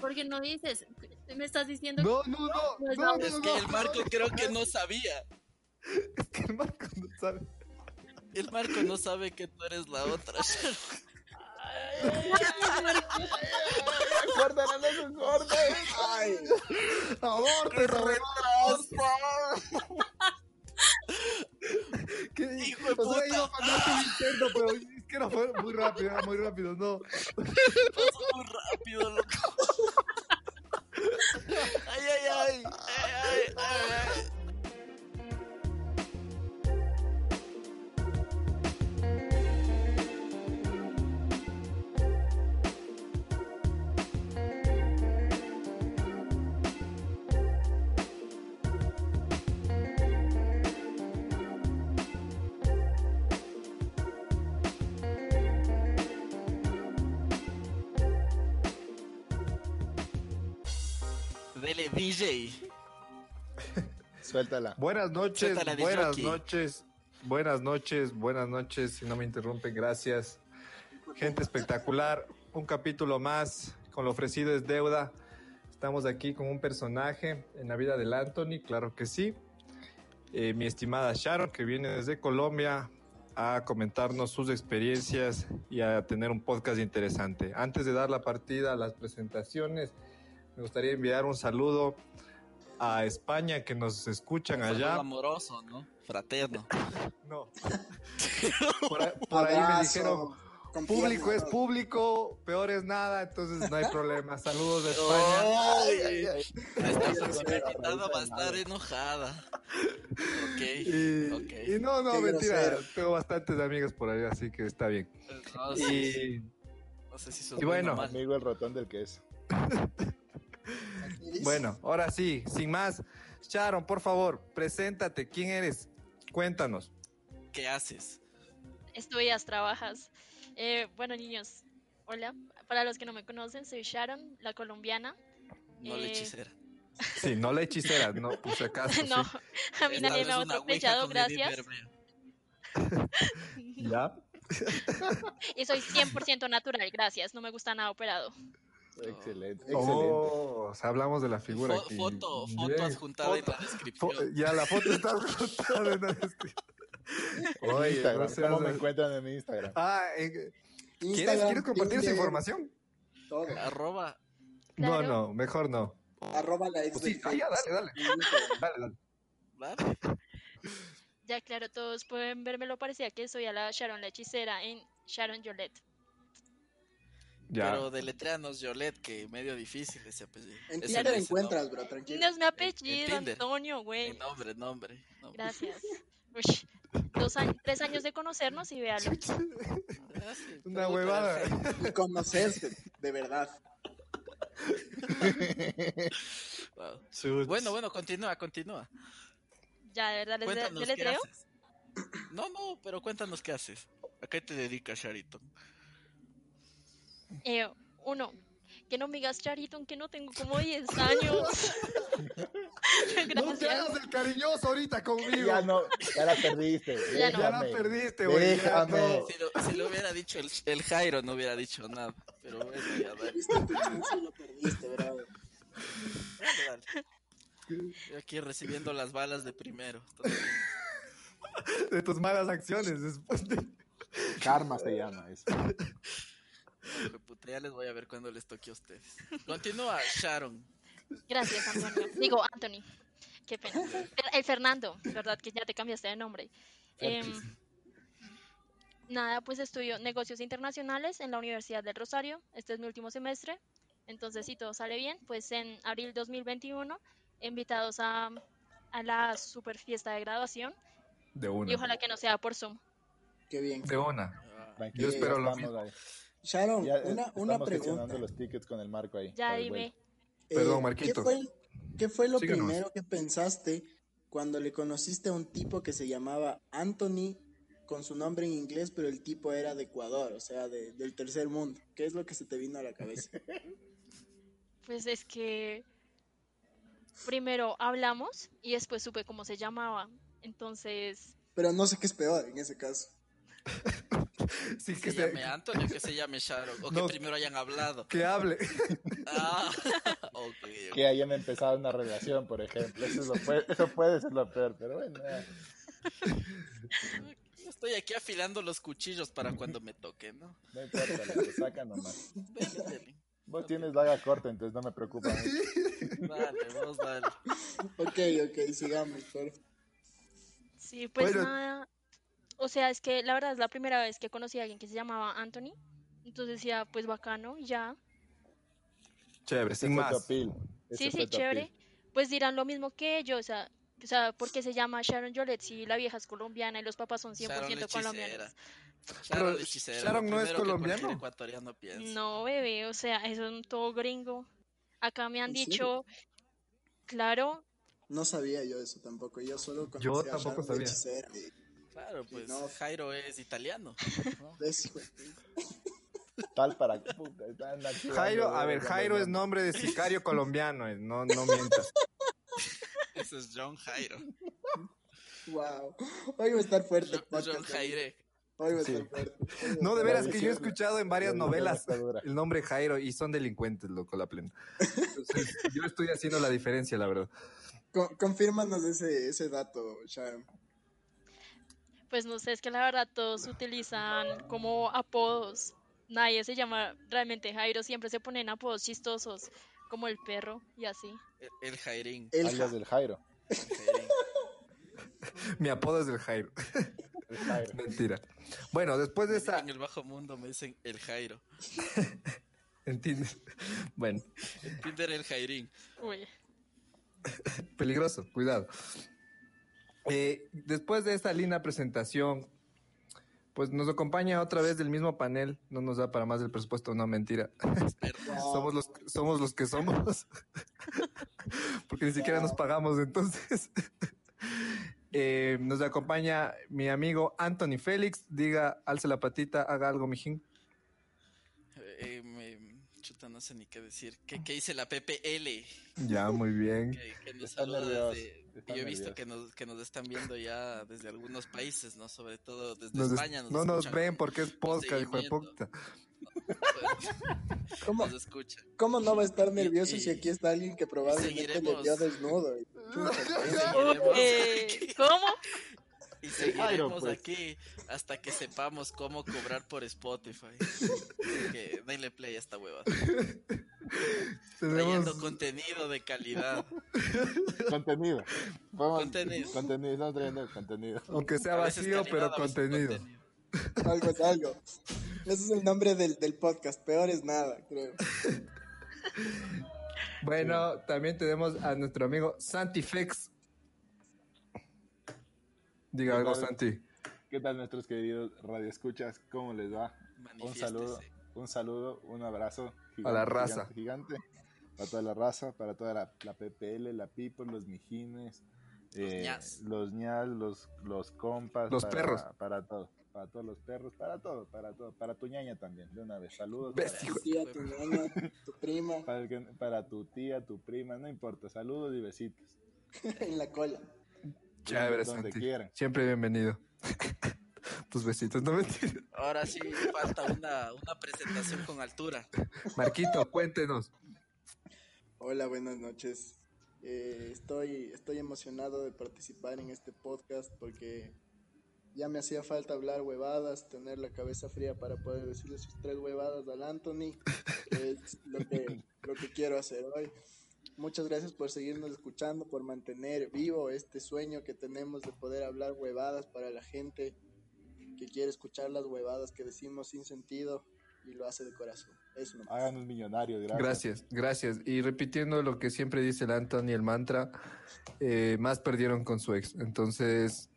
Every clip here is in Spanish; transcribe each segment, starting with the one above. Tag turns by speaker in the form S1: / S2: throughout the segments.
S1: Porque no dices, me estás diciendo
S2: No, no, no.
S1: Pues
S2: no,
S1: no,
S2: no,
S3: Es
S2: no,
S3: que el
S2: no.
S3: Marco creo que no sabía.
S2: Es que el Marco no sabe.
S3: El Marco no sabe que tú eres la otra.
S4: Córtale, no se corte. Ay,
S2: Aborte,
S4: retraso.
S2: ¿Qué
S3: Hijo de
S2: O sea,
S3: puta.
S2: iba a mandarte un intento, pero es que era fue muy rápido, era muy rápido, no.
S3: Pasó muy rápido, loco. Ay, ay, ay. Ay, ay, ay, ay. Dele, DJ.
S4: Suéltala.
S2: Buenas noches,
S3: Suéltala, disc
S2: buenas
S3: jockey.
S2: noches, buenas noches, buenas noches, si no me interrumpen, gracias. Gente espectacular, un capítulo más, con lo ofrecido es deuda. Estamos aquí con un personaje en la vida del Anthony, claro que sí. Eh, mi estimada Sharon, que viene desde Colombia a comentarnos sus experiencias y a tener un podcast interesante. Antes de dar la partida a las presentaciones, me gustaría enviar un saludo a España que nos escuchan
S3: Saludo
S2: allá.
S3: amoroso, ¿no? Fraterno.
S2: No. Por, ahí- por ahí me
S4: Abrazo.
S2: dijeron,
S4: Con
S2: público
S4: pierna,
S2: es
S4: ¿no?
S2: público, peor es nada, entonces no hay problema. Saludos de
S3: Oh.
S2: España.
S4: Ay, ay, ay.
S3: Esta
S4: Ay,
S3: próxima
S4: ay,
S3: invitada
S4: ay,
S3: va a
S4: ay,
S3: estar enojada. Ok.
S2: Y,
S3: ok.
S2: y no, no,
S4: Qué
S2: mentira.
S4: grosero.
S2: Tengo bastantes amigos por ahí, así que está bien.
S3: No sé,
S2: Y
S3: no sé si eso
S2: y
S3: muy
S2: bueno.
S3: normal.
S4: Amigo el ratón del queso.
S2: bueno, ahora sí, sin más, Sharon, por favor, preséntate. ¿Quién eres? Cuéntanos.
S3: ¿Qué haces?
S1: estudias, trabajas. Eh, bueno, niños, hola. Para los que no me conocen, soy Sharon, la colombiana.
S3: No le
S1: Eh,
S3: hechicera.
S2: Sí, no la hechicera, no, por si acaso.
S1: no,
S2: sí.
S1: a mí
S3: Esta
S1: nadie
S3: vez
S1: me ha
S3: una ouija
S1: atropellado,
S3: con Eddie
S1: gracias.
S3: Bermeo.
S2: ¿Ya?
S1: Y soy 100% natural, gracias. No me gusta nada operado.
S4: Excelente, excelente.
S2: Oh, o sea, hablamos de la figura.
S3: Fo-
S2: aquí.
S3: foto, foto
S2: Bien.
S3: adjuntada en la descripción.
S2: Fo- ya la foto está adjuntada en la descripción.
S4: En
S2: Oye,
S4: Instagram.
S2: no seas-
S4: ¿Cómo me encuentran en mi Instagram?
S2: Ah, eh, ¿quieres,
S5: Instagram,
S2: ¿quieres compartir esa
S5: Tinder,
S2: información?
S5: todo.
S3: Arroba.
S1: Claro.
S2: No, no, mejor no.
S5: Arroba la ex
S2: Pues
S5: del
S2: sí, ah, ya, dale, dale. Dale, dale.
S3: ¿va?
S1: Ya, claro, todos pueden verme lo parecía que soy a la Sharon la hechicera en Sharon Yolette.
S2: Ya.
S3: Pero deletreanos Yolette, que medio difícil ese apellido.
S2: ah,
S5: En
S3: Ese
S5: Tinder
S3: no, ese
S5: encuentras, bro, tranquilo.
S1: No es mi apellido,
S3: Tinder.
S1: Antonio,
S3: nombre.
S1: güey.
S3: Eh, Nombre, nombre. nombre.
S1: Gracias. Ush, dos años, tres años de conocernos y véalo.
S3: Ah, sí,
S2: Una
S3: puta,
S2: huevada.
S3: perfecto.
S5: Y conocerse, de verdad.
S3: Wow.
S2: Chuts.
S3: Bueno, bueno, continúa, continúa.
S1: Ya, de verdad, les de-
S3: Cuéntanos
S1: yo
S3: qué
S1: les leo.
S3: haces. No, no, pero cuéntanos qué haces. ¿A qué te dedicas, Sharito?
S1: Eh, uno, que no me digas Chariton, que no tengo como 10 años.
S2: No te
S1: Gracias.
S2: hagas el cariñoso ahorita conmigo.
S4: Ya no, ya la perdiste.
S1: Ya
S2: Ya la
S4: déjame.
S2: perdiste, güey. ya
S4: Déjame.
S2: no.
S3: Si lo, si lo hubiera dicho el, el Jairo, no hubiera dicho nada. Pero bueno, ya dale,
S5: Viste tu chance y lo perdiste, bro.
S3: dale, dale. Yo aquí recibiendo las balas de primero. todo bien.
S2: De tus malas acciones. Después de-
S4: Karma se llama eso.
S3: Hijo de puta, ya les voy a ver cuando les toque a ustedes. Continúa, Sharon.
S1: Gracias, Antonio. Digo, Anthony. Qué pena. Fer- El Fernando, ¿verdad? Que ya te cambiaste de nombre. Em, nada, pues estudio negocios internacionales en la Universidad del Rosario. Este es mi último semestre. Entonces, si todo sale bien, pues en abril 2021, invitados a, a la super fiesta de graduación.
S2: De
S1: Y
S2: una.
S1: ojalá que no sea por Zoom.
S5: Qué bien.
S2: De una.
S3: Ah,
S4: Tranquilo,
S5: Yo
S4: ya
S2: espero lo
S4: estamos
S2: mismo.
S4: ahí.
S5: Sharon,
S4: Ya, eh,
S5: una,
S4: estamos
S5: una
S4: gestionando
S5: pregunta. Eh,
S4: los tickets con el marco ahí.
S1: Ya
S4: para el
S1: dime.
S4: vuelo.
S2: Perdón,
S5: ¿qué
S2: Marquito.
S5: fue- ¿Qué fue lo
S2: Síganos.
S5: primero que pensaste cuando le conociste a un tipo que se llamaba Anthony con su nombre en inglés, pero el tipo era de Ecuador, o sea, de- del tercer mundo? ¿Qué es lo que se te vino a la cabeza?
S1: Pues es que primero hablamos y después supe cómo se llamaba. Entonces,
S5: Pero no sé qué es peor en ese caso.
S2: Sí,
S3: Que
S2: que,
S3: se
S2: se-
S3: llame Antonio, que se llame Sharon. O
S2: No.
S3: que primero hayan hablado.
S2: que hable.
S3: Ah, ok, ok.
S4: Que hayan empezado una relación, por ejemplo. Eso, es lo puede, eso puede ser lo peor, pero bueno. ya.
S3: Yo Estoy aquí afilando los cuchillos para cuando me toque, ¿no?
S4: No importa, lo que sacan nomás.
S3: Dele, dele.
S4: Vos tienes daga corta, entonces no me preocupa. mucho.
S3: Dale, vos dale.
S5: Ok, ok, sigamos, por
S1: Sí, pues
S2: Bueno.
S1: nada. O sea, es que la verdad es la primera vez que conocí a alguien que se llamaba Anthony. Entonces decía, pues bacano, y ya.
S2: Chévere,
S4: Ese
S2: sin
S4: fue tu
S2: más.
S4: appeal, ese
S1: Sí,
S4: fue
S1: sí,
S4: tu
S1: chévere.
S4: appeal.
S1: Pues dirán lo mismo que yo, o sea, o sea, porque se llama Sharon Jolet si la vieja es colombiana y los papás son 100%
S3: Sharon
S1: colombianos.
S3: hechicera.
S2: Pero,
S3: Sharon hechicera. lo
S2: ¿Sharon no es
S3: primero que cualquier
S2: colombiano?
S3: ecuatoriano piensa.
S1: No, bebé, o sea, eso es todo gringo. Acá me han
S5: ¿En serio?
S1: dicho, claro,
S5: No sabía yo eso tampoco. Yo solo conocí
S2: Yo
S5: a
S2: tampoco
S5: Sharon
S2: sabía.
S5: Hechicera.
S3: Claro, pues
S5: No.
S3: Jairo es italiano.
S5: Eso, güey.
S4: Tal para. puta, están aquí
S2: Jairo,
S4: dando
S2: a ver,
S4: duro
S2: Jairo es
S4: cuando-
S2: nombre de sicario colombiano, eh, no, no mientas.
S3: Ese es John Jairo.
S5: Wow. Hoy va a estar fuerte. el
S3: John,
S5: podcast,
S3: John Jaire.
S5: Hoy va a
S4: Sí.
S5: estar fuerte. Hoy va a
S2: No, de
S5: estar-
S2: veras que yo he escuchado en varias
S4: La dicción
S2: novelas
S4: está dura.
S2: el nombre Jairo y son delincuentes, loco, la plena. Entonces, yo estoy haciendo la diferencia, la verdad.
S5: Con- confírmanos ese, ese dato, Sharon.
S1: pues no sé, es que la verdad todos utilizan como apodos. Nadie se llama realmente Jairo, siempre se ponen apodos chistosos, como el perro y así.
S3: El, el Jairín.
S5: El
S4: Alias del Jairo.
S3: el Jairín.
S2: Mi apodo es el Jairo.
S4: El Jairo.
S2: Mentira. Bueno, después de esa.
S3: En el bajo mundo me dicen el Jairo.
S2: ¿Entiendes? Bueno,
S3: En Tinder el Jairín.
S1: Uy.
S2: peligroso, cuidado. Eh, después de esta linda presentación, pues nos acompaña otra vez del mismo panel. No nos da para más del presupuesto, no, mentira.
S5: Wow.
S2: Somos los, somos los que somos. Porque ni siquiera nos pagamos entonces. Eh, nos acompaña mi amigo Anthony Félix. Diga, alce la patita, haga algo, mijín.
S3: Eh, eh, me- chuta, no sé ni qué decir. ¿Qué, qué dice la PPL?
S2: Ya, muy bien.
S3: Que, que nos
S4: Está
S3: saluda
S4: nervioso,
S3: desde-
S4: está
S3: Yo he visto
S4: nervioso.
S3: que nos, que nos están viendo ya desde algunos países, ¿no? Sobre todo desde
S2: Nos des-
S3: España.
S2: no nos
S3: escuchan
S2: ven
S3: con-
S2: porque es podcast, hijo de
S3: seguimiento.
S2: puta.
S5: ¿Cómo,
S3: Nos escuchan.
S5: ¿Cómo no va a estar
S3: Y-
S5: nervioso
S3: y-
S5: si aquí está alguien que probablemente le
S3: seguiremos.
S5: vio desnudo? y-
S3: Seguiremos-
S1: Eh, ¿Cómo?
S3: Y
S4: Jairo,
S3: seguiremos
S4: pues.
S3: aquí hasta que sepamos cómo cobrar por Spotify. que denle play a esta hueva. Trayendo
S2: Tenemos,
S3: contenido de calidad.
S4: Contenido. Vamos-
S3: Contenido.
S4: Contenido. Estamos trayendo contenido.
S2: aunque sea
S3: A veces
S2: vacío,
S3: calidad,
S2: pero
S3: a veces
S2: contenido.
S5: Algo es algo. Ese es el nombre del, del podcast. Peor es nada, creo.
S2: Bueno, también tenemos a nuestro amigo Santifex. Diga
S4: ¿Qué
S2: algo,
S4: tal?
S2: Santi.
S4: ¿Qué tal nuestros queridos radioescuchas? ¿Cómo les va? Un saludo,
S3: Manifiéstese.
S4: un saludo, un abrazo.
S2: A la raza.
S4: Gigante, gigante. Para toda la raza, para toda la, la PPL, la People, los Mijines, eh,
S3: ñas.
S4: los ñas, los, los compas.
S2: Los
S4: para-
S2: perros.
S4: Para todo, para todos los perros, para todo, para todo. Para tu ñaña también, de una vez. Saludos.
S2: Ves,
S4: para-
S2: hijo
S5: Sí, a tu mamá, tu prima,
S4: Para, el que- para tu tía, tu prima, no importa. Saludos y besitos.
S5: en la cola.
S2: Chévere,
S4: donde
S2: Santi.
S4: quieran.
S2: Siempre bienvenido. Tus besitos, no mentira.
S3: Ahora sí falta una, una presentación con altura.
S2: Marquito, cuéntenos.
S5: Hola, buenas noches. Eh, estoy, estoy emocionado de participar en este podcast porque ya me hacía falta hablar huevadas, tener la cabeza fría para poder decirle sus tres huevadas al Anthony, que es lo que, lo que quiero hacer hoy. Muchas gracias por seguirnos escuchando, por mantener vivo este sueño que tenemos de poder hablar huevadas para la gente que quiere escuchar las huevadas que decimos sin sentido y lo hace de corazón. Eso nomás.
S4: Háganos millonarios, gracias.
S2: Gracias, gracias. Y repitiendo lo que siempre dice el Anthony, el mantra, eh, más perdieron con su ex. Entonces,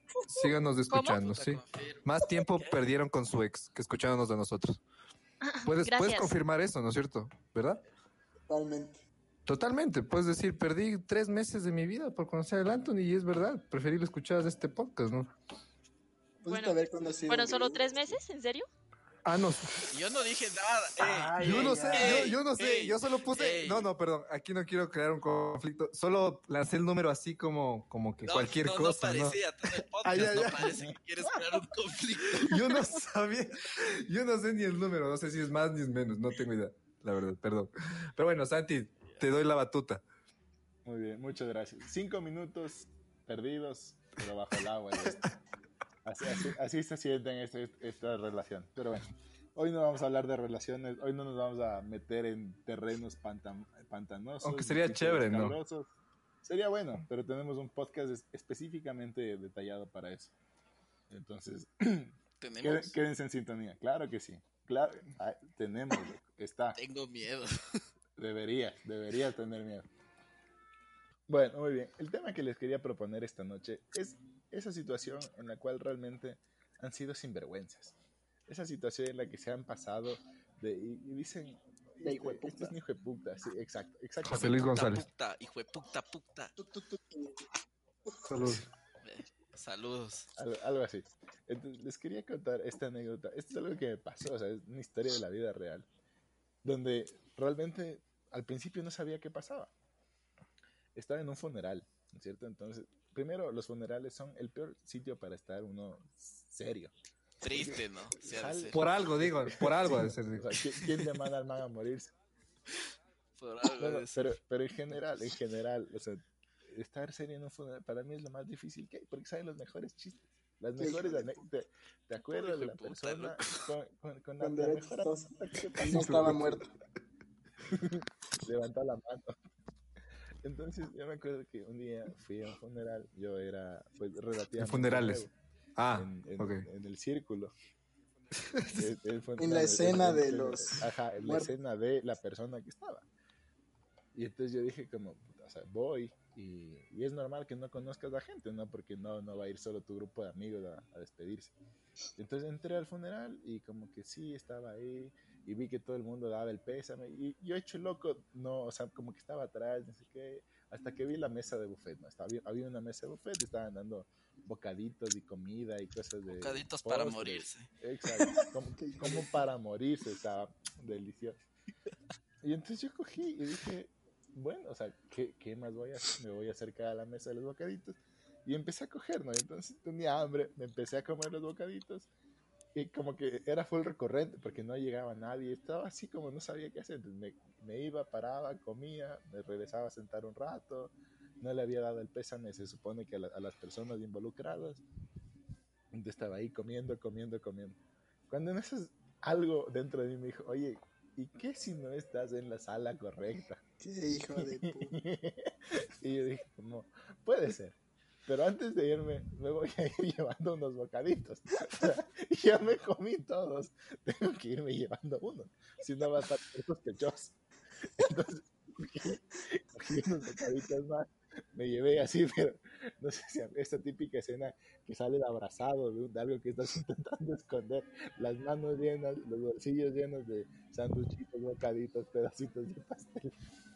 S2: síganos escuchando,
S3: Puta,
S2: ¿sí?
S3: confirmo.
S2: Más tiempo
S3: ¿Qué?
S2: perdieron con su ex que escuchándonos de nosotros. Puedes, puedes
S1: Gracias.
S2: confirmar eso, ¿no es cierto? ¿Verdad?
S5: Totalmente.
S2: Totalmente. Puedes decir, perdí tres meses de mi vida por conocer al Anthony y es verdad. Preferí lo escuchar de este podcast, ¿no?
S5: Pudiste
S1: Bueno,
S5: haber conocido
S1: ¿Fueron
S5: un
S1: solo
S5: gringo.
S1: tres meses? ¿En serio?
S2: Ah, no.
S3: Yo no dije nada. ey.
S5: Ay,
S2: Yo no
S5: ay,
S2: sé,
S5: ay.
S2: yo, yo no sé,
S3: ey,
S2: yo solo puse...
S3: ey.
S2: No, no, perdón, aquí no quiero crear un conflicto. Solo lancé el número así como, como que
S3: No,
S2: cualquier
S3: no,
S2: cosa,
S3: No
S2: ¿no?
S3: parecía, tú en el podcast
S2: Ay, ay,
S3: no
S2: ay.
S3: parece que quieres crear un conflicto.
S2: Yo no sabía, yo no sé ni el número, no sé si es más ni es menos, no tengo idea, la verdad, perdón. Pero bueno, Santi, te doy la batuta.
S4: Muy bien, muchas gracias. Cinco minutos perdidos, pero bajo el agua. y esto. Así, así- así se sienten es- es- esta relación. Pero bueno, hoy no vamos a hablar de relaciones, hoy no nos vamos a meter en terrenos pantam- pantanosos.
S2: Aunque sería
S4: sitios
S2: chévere, ¿no?
S4: escabrosos. Sería bueno, pero tenemos un podcast es- específicamente detallado para eso. Entonces, queden-
S3: Tenemos.
S4: quédense en sintonía. Claro que sí. Claro, ay, tenemos, loco, está.
S3: Tengo miedo.
S4: Debería, debería tener miedo. Bueno, muy bien. El tema que les quería proponer esta noche es esa situación en la cual realmente han sido sinvergüenzas. Esa situación en la que se han pasado de, y, y dicen...
S5: De
S4: este-
S5: hijueputa.
S4: este es ni hijueputa, sí, exacto, exacto.
S2: José Luis González.
S3: Puta, hijo de puta, puta.
S5: Tu, tu, tu, tu.
S2: Saludos.
S3: Saludos.
S4: Al- Algo así. Entonces, les quería contar esta anécdota. Esto es algo que me pasó, o sea, es una historia de la vida real. Donde realmente al principio no sabía qué pasaba. Estaba en un funeral, ¿no es ¿cierto? Entonces, primero, los funerales son el peor sitio para estar uno serio.
S3: Triste, ¿no? Sí, ha de
S4: Sal-
S3: ser.
S2: Por algo, digo, por algo. ha de
S4: Sí,
S2: ser,
S4: ¿no? O
S2: digo.
S4: sea, ¿qui- ¿Quién le manda al man a morirse?
S3: Por algo
S4: No, no,
S3: de eso.
S4: pero, pero en general, en general, o sea, estar serio en un funeral para mí es lo más difícil que hay, porque saben los mejores chistes, las
S5: Sí, hijo
S4: mejores
S5: de
S4: anécdotas. Te acuerdas de la
S3: puta,
S4: persona con, con- con la,
S5: Cuando
S4: la
S5: era
S4: mejor
S5: chistoso.
S4: anécdota que te pasó?
S5: No estaba muerto.
S4: levanta la mano. Entonces, yo me acuerdo que un día fui a un funeral, yo era pues, relativamente.
S2: funerales.
S4: nuevo
S2: Ah,
S4: en, en-
S2: ok.
S4: en el círculo. El- el fue-
S5: En la escena de los
S4: Ajá, en la
S5: muertos.
S4: escena de la persona que estaba. Y entonces yo dije como, puta, o sea, voy y, y es normal que no conozcas a gente, ¿no? Porque no, no va a ir solo tu grupo de amigos a, a despedirse. Entonces entré al funeral y como que sí, estaba ahí y vi que todo el mundo daba el pésame y yo hecho loco, no, o sea, como que estaba atrás, no sé qué, hasta que vi la mesa de buffet, ¿no? Estaba, había una mesa de buffet, estaban dando bocaditos y comida y cosas de...
S3: Bocaditos para
S4: postres.
S3: morirse.
S4: Exacto, como, como para morirse, estaba delicioso. Y entonces yo cogí y dije, bueno, o sea, ¿qué, qué más voy a hacer? Me voy a acercar a la mesa de los bocaditos. Y empecé a coger, ¿no? Y entonces tenía hambre, me empecé a comer los bocaditos. Y como que era full recurrente porque no llegaba nadie. Estaba así como no sabía qué hacer. Entonces me, me iba, paraba, comía, me regresaba a sentar un rato. No le había dado el pésame, se supone que a, la- a las personas involucradas. Entonces estaba ahí comiendo, comiendo, comiendo. Cuando en esas algo dentro de mí me dijo, oye, ¿y qué si no estás en la sala correcta?
S5: Qué hijo de puta.
S4: y yo dije, no, puede ser. Pero antes de irme, me voy a ir llevando unos bocaditos. O sea, ya me comí todos. Tengo que irme llevando uno. Si no va a estar sospechoso. Entonces, cogí unos bocaditos más. Me llevé así, pero no sé si esta típica escena que sale abrazado de, un- de algo que estás intentando esconder. Las manos llenas, los bolsillos llenos de sanduchitos, bocaditos, pedacitos de pastel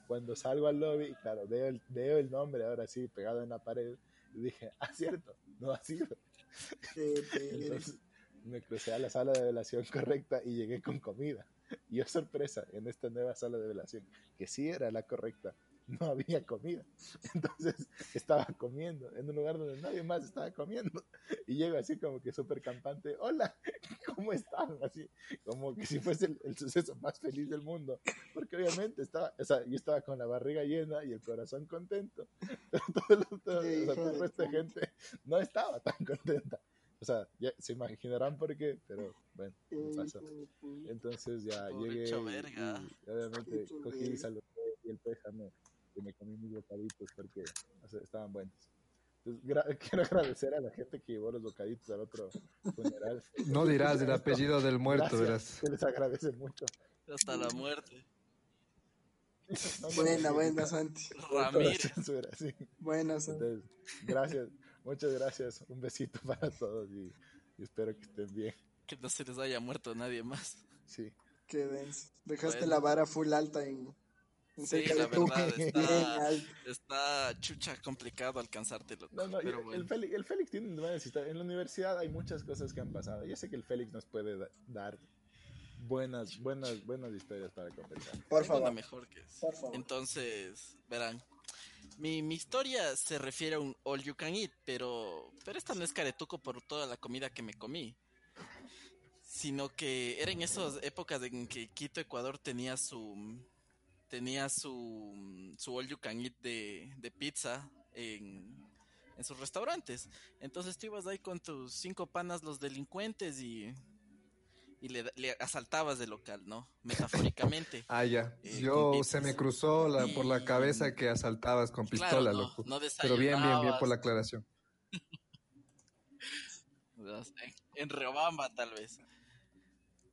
S4: cuando salgo al lobby, y claro, veo el, veo el nombre ahora sí pegado en la pared, y dije, ah, cierto, no ha sido.
S5: Qué pereza.
S4: Entonces me crucé a la sala de velación correcta y llegué con comida. Y oh, sorpresa, en esta nueva sala de velación, que sí era la correcta, no había comida. Entonces estaba comiendo en un lugar donde nadie más estaba comiendo. Y llego así como que súper campante, hola, ¿cómo están? Así como que si fuese el, el suceso más feliz del mundo. Porque obviamente estaba, o sea, yo estaba con la barriga llena y el corazón contento. Pero todo, el- todo- o sea,
S5: Hijo
S4: todo el
S5: de
S4: resto de
S5: puta.
S4: gente no estaba tan contenta. O sea, ya se imaginarán por qué, pero bueno,
S5: Qué
S4: pasó.
S5: hijo de puta.
S4: Entonces ya
S3: Pobre
S4: llegué
S3: hecho
S4: y-
S3: verga.
S4: y obviamente
S5: Hecho
S4: cogí y
S5: verga.
S4: saludé y el pésame y me comí mis bocaditos porque o sea, estaban buenos. Entonces, gra- quiero agradecer a la gente que llevó los bocaditos al otro funeral.
S2: No dirás el apellido del muerto,
S4: Gracias,
S2: verás.
S4: Se les agradece mucho.
S3: Hasta la muerte.
S4: No, no,
S5: Buena,
S4: sí,
S5: buena,
S4: con
S5: Santi.
S4: toda
S3: Ramírez.
S4: censura, sí.
S5: Buena, Santi.
S4: Entonces, gracias, muchas gracias. Un besito para todos y, y espero que estén bien.
S3: Que no se les haya muerto nadie más.
S4: Sí.
S5: Qué denso. Dejaste
S3: Bueno.
S5: la vara full alta en, en
S3: Sí,
S5: cerca
S3: la
S5: de tú.
S3: verdad
S5: Bien
S3: está,
S5: alto.
S3: está chucha complicado alcanzártelo.
S4: No, no,
S3: pero
S4: yo-
S3: bueno.
S4: el, Félix, el Félix tiene una historia. En la universidad hay muchas cosas que han pasado. Yo sé que el Félix nos puede da- dar Buenas, buenas, buenas historias para compensar.
S5: Por
S3: Tengo una
S5: favor,
S3: mejor que es.
S5: por favor.
S3: Entonces, verán. Mi, mi historia se refiere a un all you can eat, pero, pero esta no es caretuco por toda la comida que me comí. Sino que era en esas épocas en que Quito, Ecuador tenía su tenía su, su all you can eat de, de pizza en, en sus restaurantes. Entonces tú ibas ahí con tus cinco panas los delincuentes y, y le, le asaltabas de local, ¿no? Metafóricamente.
S2: Ah, ya.
S3: Eh, con
S2: Yo
S3: pizzas.
S2: se me cruzó la, por la
S3: Y-
S2: cabeza que asaltabas con
S3: Claro,
S2: pistola,
S3: no,
S2: loco.
S3: no
S2: Pero bien, bien, bien por
S3: desayunabas.
S2: la aclaración.
S3: No sé, En Riobamba, tal vez.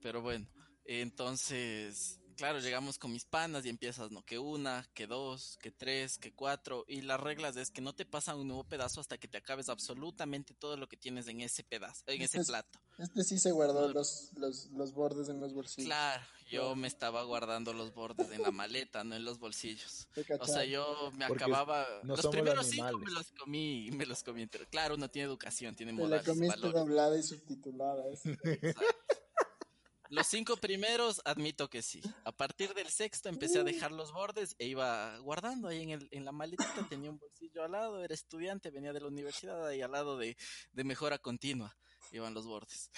S3: Pero bueno, entonces, claro, llegamos con mis panas y empiezas, ¿no? Que una, que dos, que tres, que cuatro. Y las reglas es que no te pasan un nuevo pedazo hasta que te acabes absolutamente todo lo que tienes en ese pedazo, en ese
S5: Entonces,
S3: plato.
S5: Este sí se guardó los, los, los bordes en los bolsillos.
S3: Claro, yo
S5: Claro.
S3: me estaba guardando los bordes en la maleta, no en los bolsillos.
S5: Te
S3: O sea,
S5: cacharon.
S3: yo me
S4: Porque
S3: acababa.
S4: no
S3: los
S4: somos
S3: primeros cinco
S4: animales.
S3: me los comí, me los comí entero. Claro, uno tiene educación, tiene
S5: Te la
S3: modales,
S5: comiste
S3: valores.
S5: doblada y subtitulada. ¿eh? eso.
S3: Los cinco primeros, admito que sí. A partir del sexto empecé a dejar los bordes e iba guardando ahí en, el, en la maletita. Tenía un bolsillo al lado, era estudiante, venía de la universidad ahí al lado de, de mejora continua. Iban los bordes.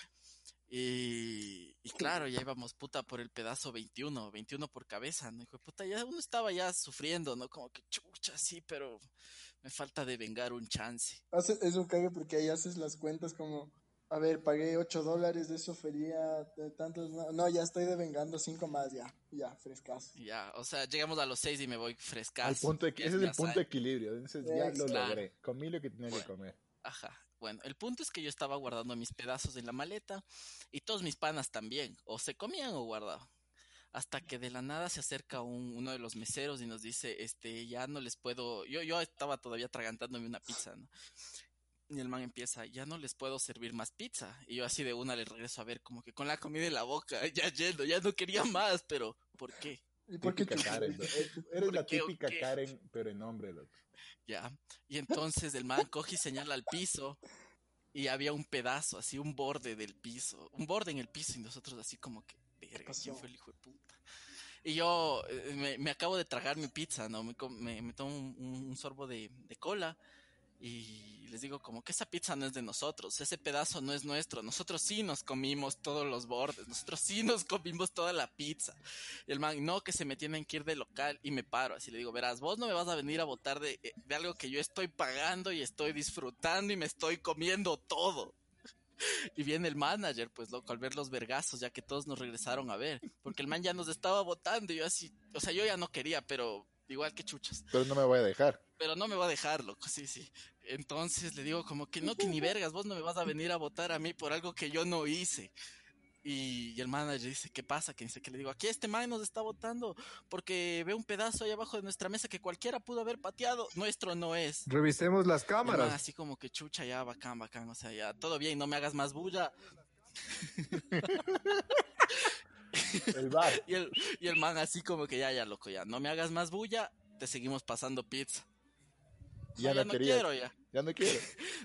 S3: Y, y claro, ya íbamos puta por el pedazo 21, 21 por cabeza, ¿no? Hijo de puta, ya uno estaba ya sufriendo, ¿no? Como que chucha, sí, pero me falta de vengar un chance.
S5: Hace- es un cague porque ahí haces las cuentas como, a ver, pagué 8 dólares, de eso fería de tantos... No, no, ya estoy devengando 5 más, ya, ya, frescas.
S3: Y Ya, o sea, llegamos a los seis y me voy frescazo.
S4: Al punto de-
S3: que
S4: ese es
S3: mi
S4: el punto de
S3: hazaña.
S4: equilibrio. Entonces ya lo
S3: Claro.
S4: logré. Comí lo que tenía que
S3: Bueno.
S4: comer.
S3: Ajá. Bueno, el punto es que yo estaba guardando mis pedazos en la maleta y todos mis panas también, o se comían o guardaban. Hasta que de la nada se acerca un- uno de los meseros y nos dice, este, ya no les puedo, yo, yo estaba todavía atragantándome una pizza, ¿no? Y el man empieza, ya no les puedo servir más pizza. Y yo así de una le regreso a ver, como que con la comida en la boca, ya yendo, ya no quería más, pero ¿por qué?
S5: ¿Y por qué
S4: Típica
S5: chupas?
S4: Karen, bro. Eres la
S3: ¿Por qué o
S4: típica
S3: qué?
S4: Karen, pero en hombre, loco.
S3: Ya. Y entonces el man coge y señala al piso. Y había un pedazo, así, un borde del piso. Un borde en el piso. Y nosotros así como que, verga,
S5: pasó?
S3: ¿quién fue el hijo de puta? Y yo eh, me, me acabo de tragar mi pizza, ¿no? Me, com- me, me tomo un, un- un sorbo de, de cola. Y les digo como que esa pizza no es de nosotros, ese pedazo no es nuestro, nosotros sí nos comimos todos los bordes, nosotros sí nos comimos toda la pizza. Y el man, no, que se me tienen que ir de local y me paro. Así le digo, verás, vos no me vas a venir a votar de, eh, de algo que yo estoy pagando y estoy disfrutando y me estoy comiendo todo. Y viene el manager, pues loco, al ver los vergazos, ya que todos nos regresaron a ver. Porque el man ya nos estaba votando y yo así, o sea, yo ya no quería, pero igual que chuchas.
S4: Pero no me voy a dejar.
S3: Pero no me va a dejar, loco, sí, sí. Entonces le digo como que no, que ni vergas, vos no me vas a venir a votar a mí por algo que yo no hice. Y, y el manager dice, ¿qué pasa? Que dice que le digo, aquí este man nos está votando porque ve un pedazo ahí abajo de nuestra mesa que cualquiera pudo haber pateado, nuestro no es.
S2: Revisemos las
S3: El man
S2: cámaras.
S3: así como que chucha, ya bacán, bacán, o sea, ya todo bien, no me hagas más bulla.
S4: El bar.
S3: Y el, y el man así como que ya, ya, loco, ya, no me hagas más bulla, te seguimos pasando pizza. "No,
S4: Ya no,
S3: no
S4: quería.
S3: quiero, ya.
S4: Ya no quiero.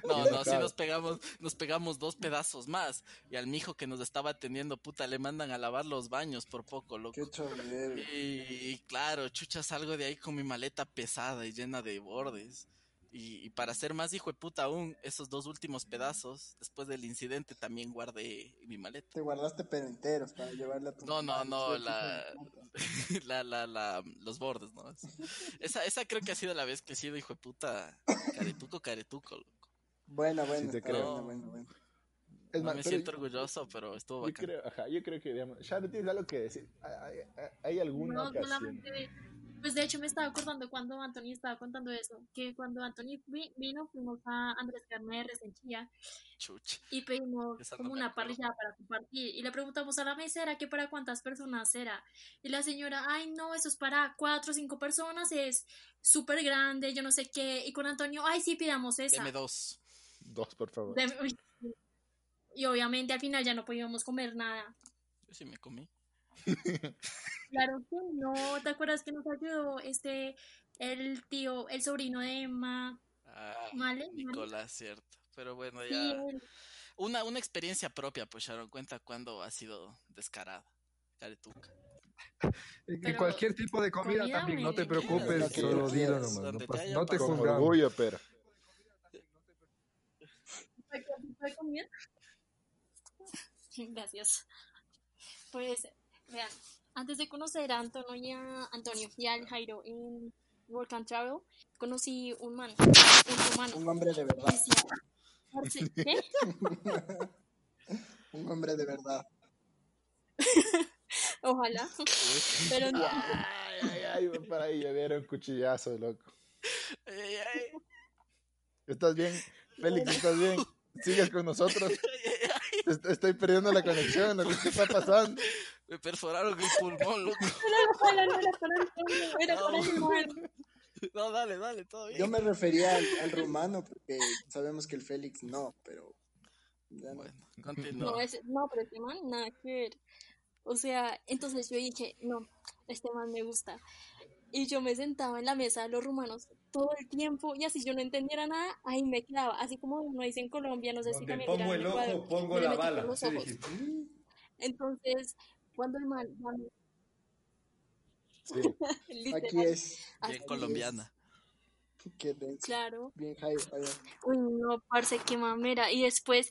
S3: No,
S4: Ya
S3: no, sí
S4: sabe.
S3: nos pegamos, nos pegamos dos pedazos más. Y al mijo que nos estaba atendiendo, puta, le mandan a lavar los baños por poco, loco.
S5: Qué cholero.
S3: Y claro, chucha, salgo de ahí con mi maleta pesada y llena de bordes. Y, y para ser más hijo de puta aún, esos dos últimos pedazos, después del incidente, también guardé mi maleta.
S5: Te guardaste pero enteros para llevarle a tu
S3: No, no,
S5: mamá,
S3: no,
S5: hijo de
S3: la-
S5: puta.
S3: la, la, la, los bordes, ¿no? Esa, esa creo que ha sido la vez que he sido hijo de puta caretuco, caretuco, loco.
S5: Buena, buena,
S4: te
S5: está
S4: creo.
S5: buena, buena, buena.
S4: Es
S3: No
S4: más,
S3: me
S4: pero
S3: siento
S4: yo-
S3: orgulloso, pero estuvo
S4: Yo
S3: bacán.
S4: creo, ajá, yo creo que, digamos, Sharon, ¿tienes algo que decir? ¿Hay, hay- hay alguna
S6: No,
S4: ocasión?
S6: solamente. Pues de hecho me estaba acordando cuando Anthony estaba contando eso, que cuando Anthony vi- vino fuimos a Andrés Carneres en Chía
S3: Chucha.
S6: y pedimos
S3: Esa no
S6: como
S3: me
S6: una
S3: acuerdo.
S6: parrillada para compartir y le preguntamos a la mesera que para cuántas personas era y la señora, ay no, eso es para cuatro o cinco personas, es súper grande, yo no sé qué y con Antonio, ay sí, pidamos esa.
S3: Deme dos.
S4: Dos, por favor.
S6: Deme- uy. Y obviamente al final ya no podíamos comer nada.
S3: Yo sí me comí.
S6: Claro que no, ¿te acuerdas que nos ayudó este, el tío, el sobrino de Emma?
S3: Ah,
S6: Vale, vale.
S3: Nicolás, cierto. Pero bueno,
S6: Sí,
S3: ya.
S6: él,
S3: Una, una experiencia propia, pues Sharon, cuenta cuando ha sido descarada. caretuca.
S2: Y que
S6: Pero,
S2: cualquier tipo de comida,
S6: comida,
S2: también, no te
S6: güey,
S2: preocupes,
S4: lo que
S2: solo
S4: quieras,
S2: dilo nomás,
S3: donde
S2: no,
S3: te
S2: pasa-
S3: haya
S2: no te
S3: pasado.
S4: Con
S2: juzgamos.
S4: orgullo, pero.
S6: ¿Puedo comer? Gracias. Pues, vean, antes de conocer a Antonio y a Antonio y al Jairo en Work and Travel, conocí un man, un humano.
S5: Un hombre de verdad.
S6: Decía, "Parce, ¿qué?
S5: Un hombre de verdad.
S6: Ojalá. Pero no.
S4: Ay, ay, ay, güey, para ahí llovieron cuchillazos, loco.
S3: Ay, ay, ay,
S4: ¿Estás bien? Félix, ¿estás bien? ¿Sigues con nosotros?
S3: ay, ay.
S4: Est- Estoy perdiendo la conexión, loco, ¿qué está pasando?
S3: Me perforaron el pulmón, loco.
S6: Ojalá no era para Antonio, era para el humano.
S3: No, dale, dale, todo bien.
S5: Yo me refería al, al rumano porque sabemos que el Félix no, pero. ya no.
S3: Bueno, continúa.
S6: No, ese- no, pero este man, nada que ver. O sea, entonces yo dije, no, este man me gusta. Y yo me sentaba en la mesa de los rumanos todo el tiempo y así yo no entendiera nada, ahí me quedaba. Así como uno dice en Colombia, no sé si
S7: Donde
S6: también dirán
S7: pongo
S6: en
S7: el ojo,
S6: Ecuador,
S7: pongo
S6: yo le
S7: la
S6: metí con
S7: bala.
S6: los
S7: Sí, "Mm".
S6: ojos.
S7: dijiste.
S6: Entonces, cuando el man, man,
S4: Sí,
S6: literal,
S5: Aquí es.
S6: así,
S3: Bien colombiana.
S5: Qué denso.
S6: claro,
S5: Bien, Jairo. Jairo.
S6: Uy, no, parce, qué mamera. Y después,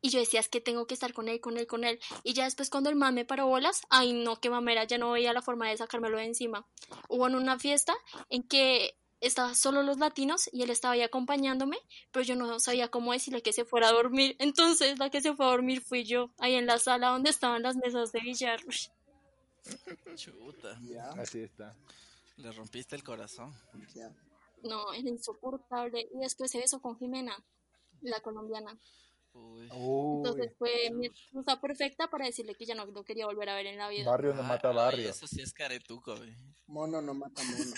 S6: y yo decía, es que tengo que estar con él, con él, con él. Y ya después cuando el man me paró bolas, ay no, qué mamera, ya no veía la forma de sacármelo de encima. Hubo en una fiesta en que estaban solo los latinos y él estaba ahí acompañándome, pero yo no sabía cómo decirle que se fuera a dormir. Entonces la que se fue a dormir fui yo, ahí en la sala donde estaban las mesas de billar.
S3: Chuta,
S5: Ya,
S4: así está.
S3: le rompiste el corazón.
S5: ya.
S6: No, era insoportable. Y después se besó con Jimena, la colombiana.
S3: Uy.
S4: Uy,
S6: Entonces fue mi excusa perfecta para decirle que ya no lo quería volver a ver en la vida.
S4: barrio no
S3: Ah, Ay,
S4: mata barrio.
S3: Eso sí es caretuco, güey.
S5: Mono no mata mono.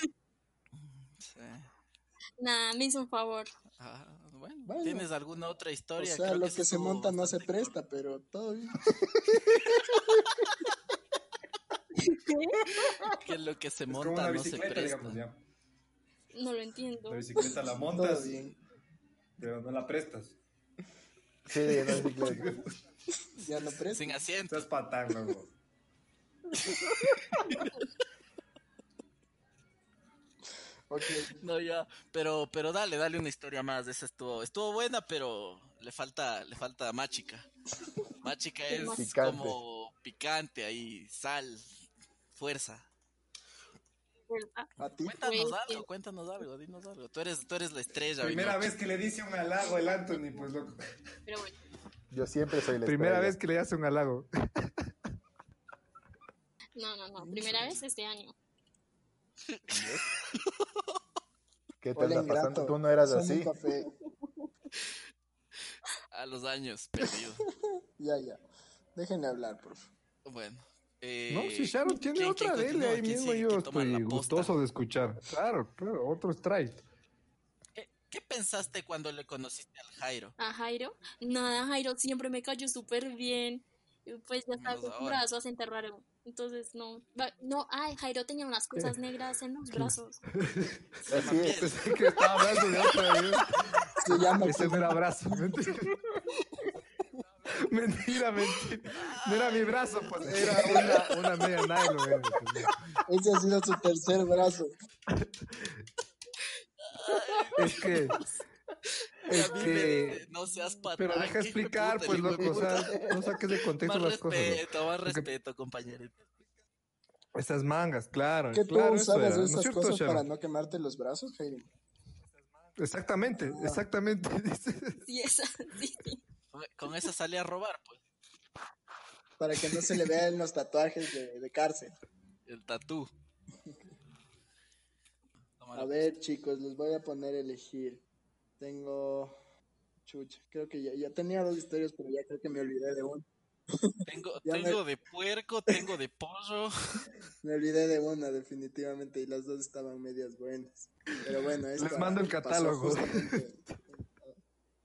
S3: Sí.
S6: Nada, me hizo un favor.
S3: Ah, bueno,
S5: Bueno.
S3: ¿tienes alguna otra
S5: O
S3: historia?
S5: sea,
S3: Creo
S5: lo
S3: eso
S5: que se
S3: estuvo
S5: monta no se
S3: bastante corto.
S5: presta, pero todo bien.
S3: Que lo que se
S7: Es como una
S3: monta no se
S7: bicicleta,
S3: presta.
S7: digamos, ya.
S6: No lo entiendo.
S7: La bicicleta la
S5: Todo
S7: montas,
S5: bien.
S7: pero no la prestas.
S4: Sí, no es bicicleta.
S5: Ya no presta.
S3: Sin asiento.
S7: Estás patán, loco.
S5: Ok.
S3: No, ya. Pero, pero dale, dale una historia más. Esa estuvo, estuvo buena, pero le falta, le falta mágica. Mágica es
S4: Picante.
S3: como picante ahí, sal, fuerza.
S6: ¿verdad?
S5: A ti.
S3: Cuéntanos
S6: Güey,
S3: algo, cuéntanos algo, dinos algo. Tú eres, tú eres la estrella, güey,
S7: Primera
S3: ¿no?
S7: vez que le dice un halago el Anthony, pues loco.
S6: Pero bueno,
S4: Yo siempre soy la
S2: Primera
S4: estrella.
S2: vez que le hace un halago.
S6: no, no, no. Primera vez este año.
S4: ¿Qué te
S5: Hola,
S4: anda
S5: ingrato.
S4: pasando? Tú no eras
S5: Son un
S4: así.
S5: café.
S3: A los años perdidos.
S5: Ya, ya. Déjenme hablar, por favor.
S3: Bueno. eh,
S2: No, si Sharon tiene
S3: ¿quién-
S2: otra,
S3: quién
S2: dele
S3: continúa?
S2: ahí
S3: ¿Quién
S2: mismo.
S3: sigue?
S2: Yo
S3: ¿Quién toma la
S2: estoy
S3: posta?
S2: gustoso de escuchar. Claro, claro, otro strike.
S3: ¿Qué, qué pensaste cuando le conociste al Jairo?
S6: A Jairo, nada, Jairo siempre me cayó súper bien. Y Pues ya estaba
S3: Menos ahora.
S6: acostumbrado a su acento raro. Entonces, no. Va- No, ay, Jairo tenía unas cosas negras en los brazos.
S4: Así es.
S2: Pensé que estaba hablando de otra vez.
S5: Se llama
S2: Ese no era brazo. Mentira. mentira, mentira. No era mi brazo, pues era una, una media nylon. eh, pues,
S5: Ese ha sido su tercer brazo.
S2: Es que. Es
S3: Dime,
S2: que.
S3: no seas patán.
S2: Pero deja
S3: hijo de
S2: explicar,
S3: puta,
S2: pues,
S3: hijo de
S2: loco. O
S3: puta.
S2: sea, no saques de contexto
S3: Más
S2: las cosas. loco.
S3: respeto, más
S2: Porque-
S3: respeto, compañerito.
S2: Esas mangas, claro.
S5: ¿Qué
S2: claro,
S5: tú
S2: eso
S5: usabas
S2: era, ¿no es
S5: esas
S2: cierto,
S5: cosas
S2: Sharon?
S5: para no quemarte los brazos, Jairo?
S2: Exactamente, exactamente.
S6: Sí, esa, sí, sí.
S3: Con esa salí a robar, pues.
S5: Para que no se le vean los tatuajes de, de cárcel.
S3: El tatú. Toma la-
S5: A ver,
S3: pues,
S5: chicos, les voy a poner a elegir. Tengo. Chucha, creo que ya, ya tenía dos historias, pero ya creo que me olvidé de una.
S3: Tengo,
S5: ya me-
S3: tengo de puerco, tengo de pollo.
S5: Me olvidé de una, definitivamente, y las dos estaban medias buenas. Pero bueno, esta
S2: Les mando el
S5: pasó
S2: catálogo.
S5: justamente-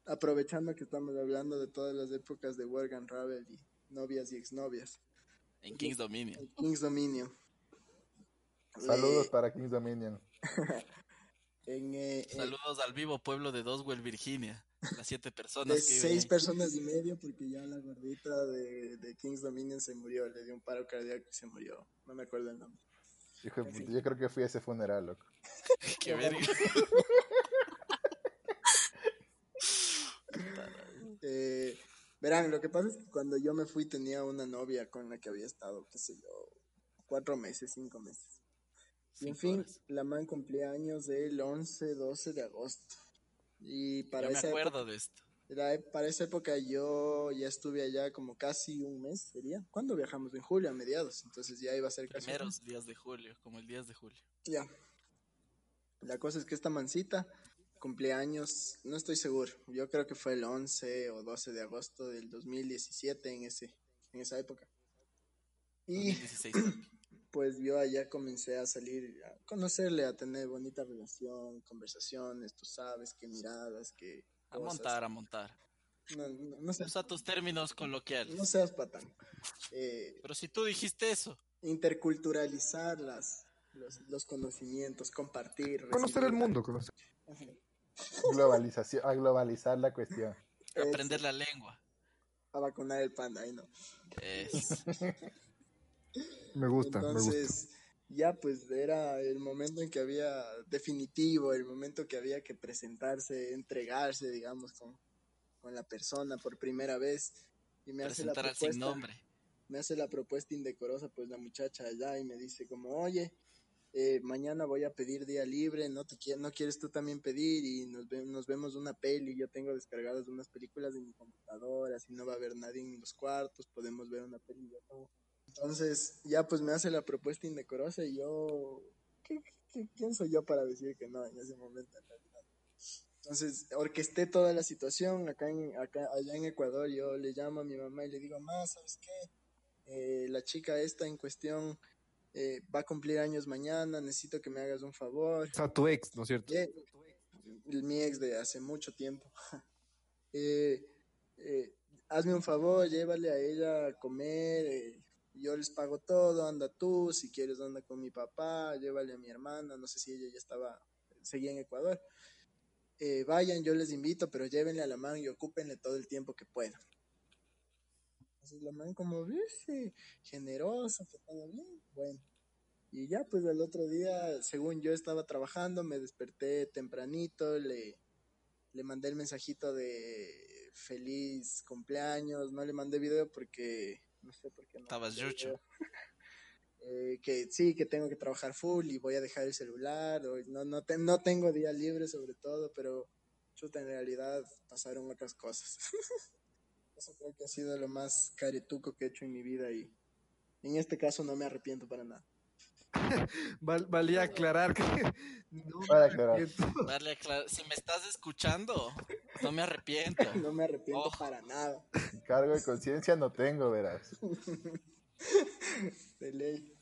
S5: Aprovechando que estamos hablando de todas las épocas de Work and Travel y novias y exnovias.
S3: En King's Dominion.
S5: El King's Dominio.
S4: Saludos para Kings Dominion.
S5: Eh, en, eh, en-
S3: Saludos al vivo pueblo de Doswell, Virginia. las siete personas
S5: De
S3: que viven
S5: seis
S3: ahí.
S5: personas y medio, porque ya la gordita de, de King's Dominion se murió, le dio un paro cardíaco y se murió. No me acuerdo el nombre.
S4: Hijo de puta, yo creo que fui a ese funeral, loco.
S3: Qué verga.
S5: Eh, verán, lo que pasa es que cuando yo me fui tenía una novia con la que había estado, qué sé yo, cuatro meses, cinco meses. Y
S3: Cinco
S5: en fin,
S3: horas.
S5: la man cumplía años del 11, 12 de agosto. Y para
S3: Yo me
S5: esa época-
S3: acuerdo de esto.
S5: Era, e- para esa época yo ya estuve allá como casi un mes, sería. ¿Cuándo viajamos? En julio, a mediados. Entonces ya iba a ser casi. un mes.
S3: Primeros días de julio, como el 10 de julio.
S5: Ya. La cosa es que esta mancita cumplía años, no estoy seguro. Yo creo que fue el 11 o 12 de agosto del 2017 en, ese, en esa época. Y
S3: 2016.
S5: pues yo allá comencé a salir, a conocerle, a tener bonita relación, conversaciones, tú sabes, qué miradas, qué
S3: A
S5: cosas.
S3: montar, a montar.
S5: No, no, no seas,
S3: Usa tus términos coloquiales.
S5: no seas patán. Eh,
S3: Pero si tú dijiste eso,
S5: interculturalizar las, los, los conocimientos, compartir.
S2: Conocer
S5: recibir-
S2: el mundo, conocer.
S5: Ajá.
S4: Globalización, a globalizar la cuestión.
S5: Eso,
S3: aprender la lengua.
S5: a vacunar el panda, ahí no.
S3: Es...
S2: Me gusta, me gusta.
S5: Entonces, ya pues era el momento en que había definitivo, el momento que había que presentarse, entregarse, digamos, con, con la persona por primera vez. Y me hace la
S3: Presentar al sin
S5: propuesta.
S3: nombre.
S5: me hace la propuesta indecorosa, pues la muchacha allá y me dice como, oye, eh, mañana voy a pedir día libre, no te qui- no quieres tú también pedir y nos, ve- nos vemos una peli, yo tengo descargadas unas películas en mi computadora, si no va a haber nadie en los cuartos, podemos ver una peli. y yo como, Entonces ya pues me hace la propuesta indecorosa y yo, ¿qué- qué- quién soy yo para decir que no en ese momento? en realidad? Entonces, orquesté toda la situación acá, en, acá allá en Ecuador. Yo le llamo a mi mamá y le digo, mamá, ¿sabes qué? eh, la chica esta en cuestión eh, va a cumplir años mañana, necesito que me hagas un favor.
S2: O sea, tu ex, ¿no es cierto?
S5: Eh, el- mi ex de hace mucho tiempo. Eh, eh, hazme un favor, llévale a ella a comer, eh, yo les pago todo, anda tú, si quieres anda con mi papá, llévale a mi hermana, no sé si ella ya estaba, seguía en Ecuador. Eh, vayan, yo les invito, pero llévenle a la man y ocúpenle todo el tiempo que puedan. Entonces la man como, "Ves, eh, generosa, que todo bien, bueno. Y ya, pues al otro día, según yo estaba trabajando, me desperté tempranito, le, le mandé el mensajito de feliz cumpleaños, no le mandé video porque, no sé por qué no.
S3: Estabas
S5: mandé
S3: yucho.
S5: video. Eh, que sí, que tengo que trabajar full y voy a dejar el celular, o no, no, te- no tengo día libre sobre todo, pero chuta, en realidad pasaron otras cosas. Eso creo que ha sido lo más caretuco que he hecho en mi vida y en este caso no me arrepiento para nada.
S2: Val- valía aclarar que. No,
S4: Para aclarar.
S3: Darle a cla- Si me estás escuchando, no me arrepiento.
S5: No me arrepiento
S3: Ojo.
S5: para nada.
S4: Cargo de conciencia no tengo, verás.
S5: De ley.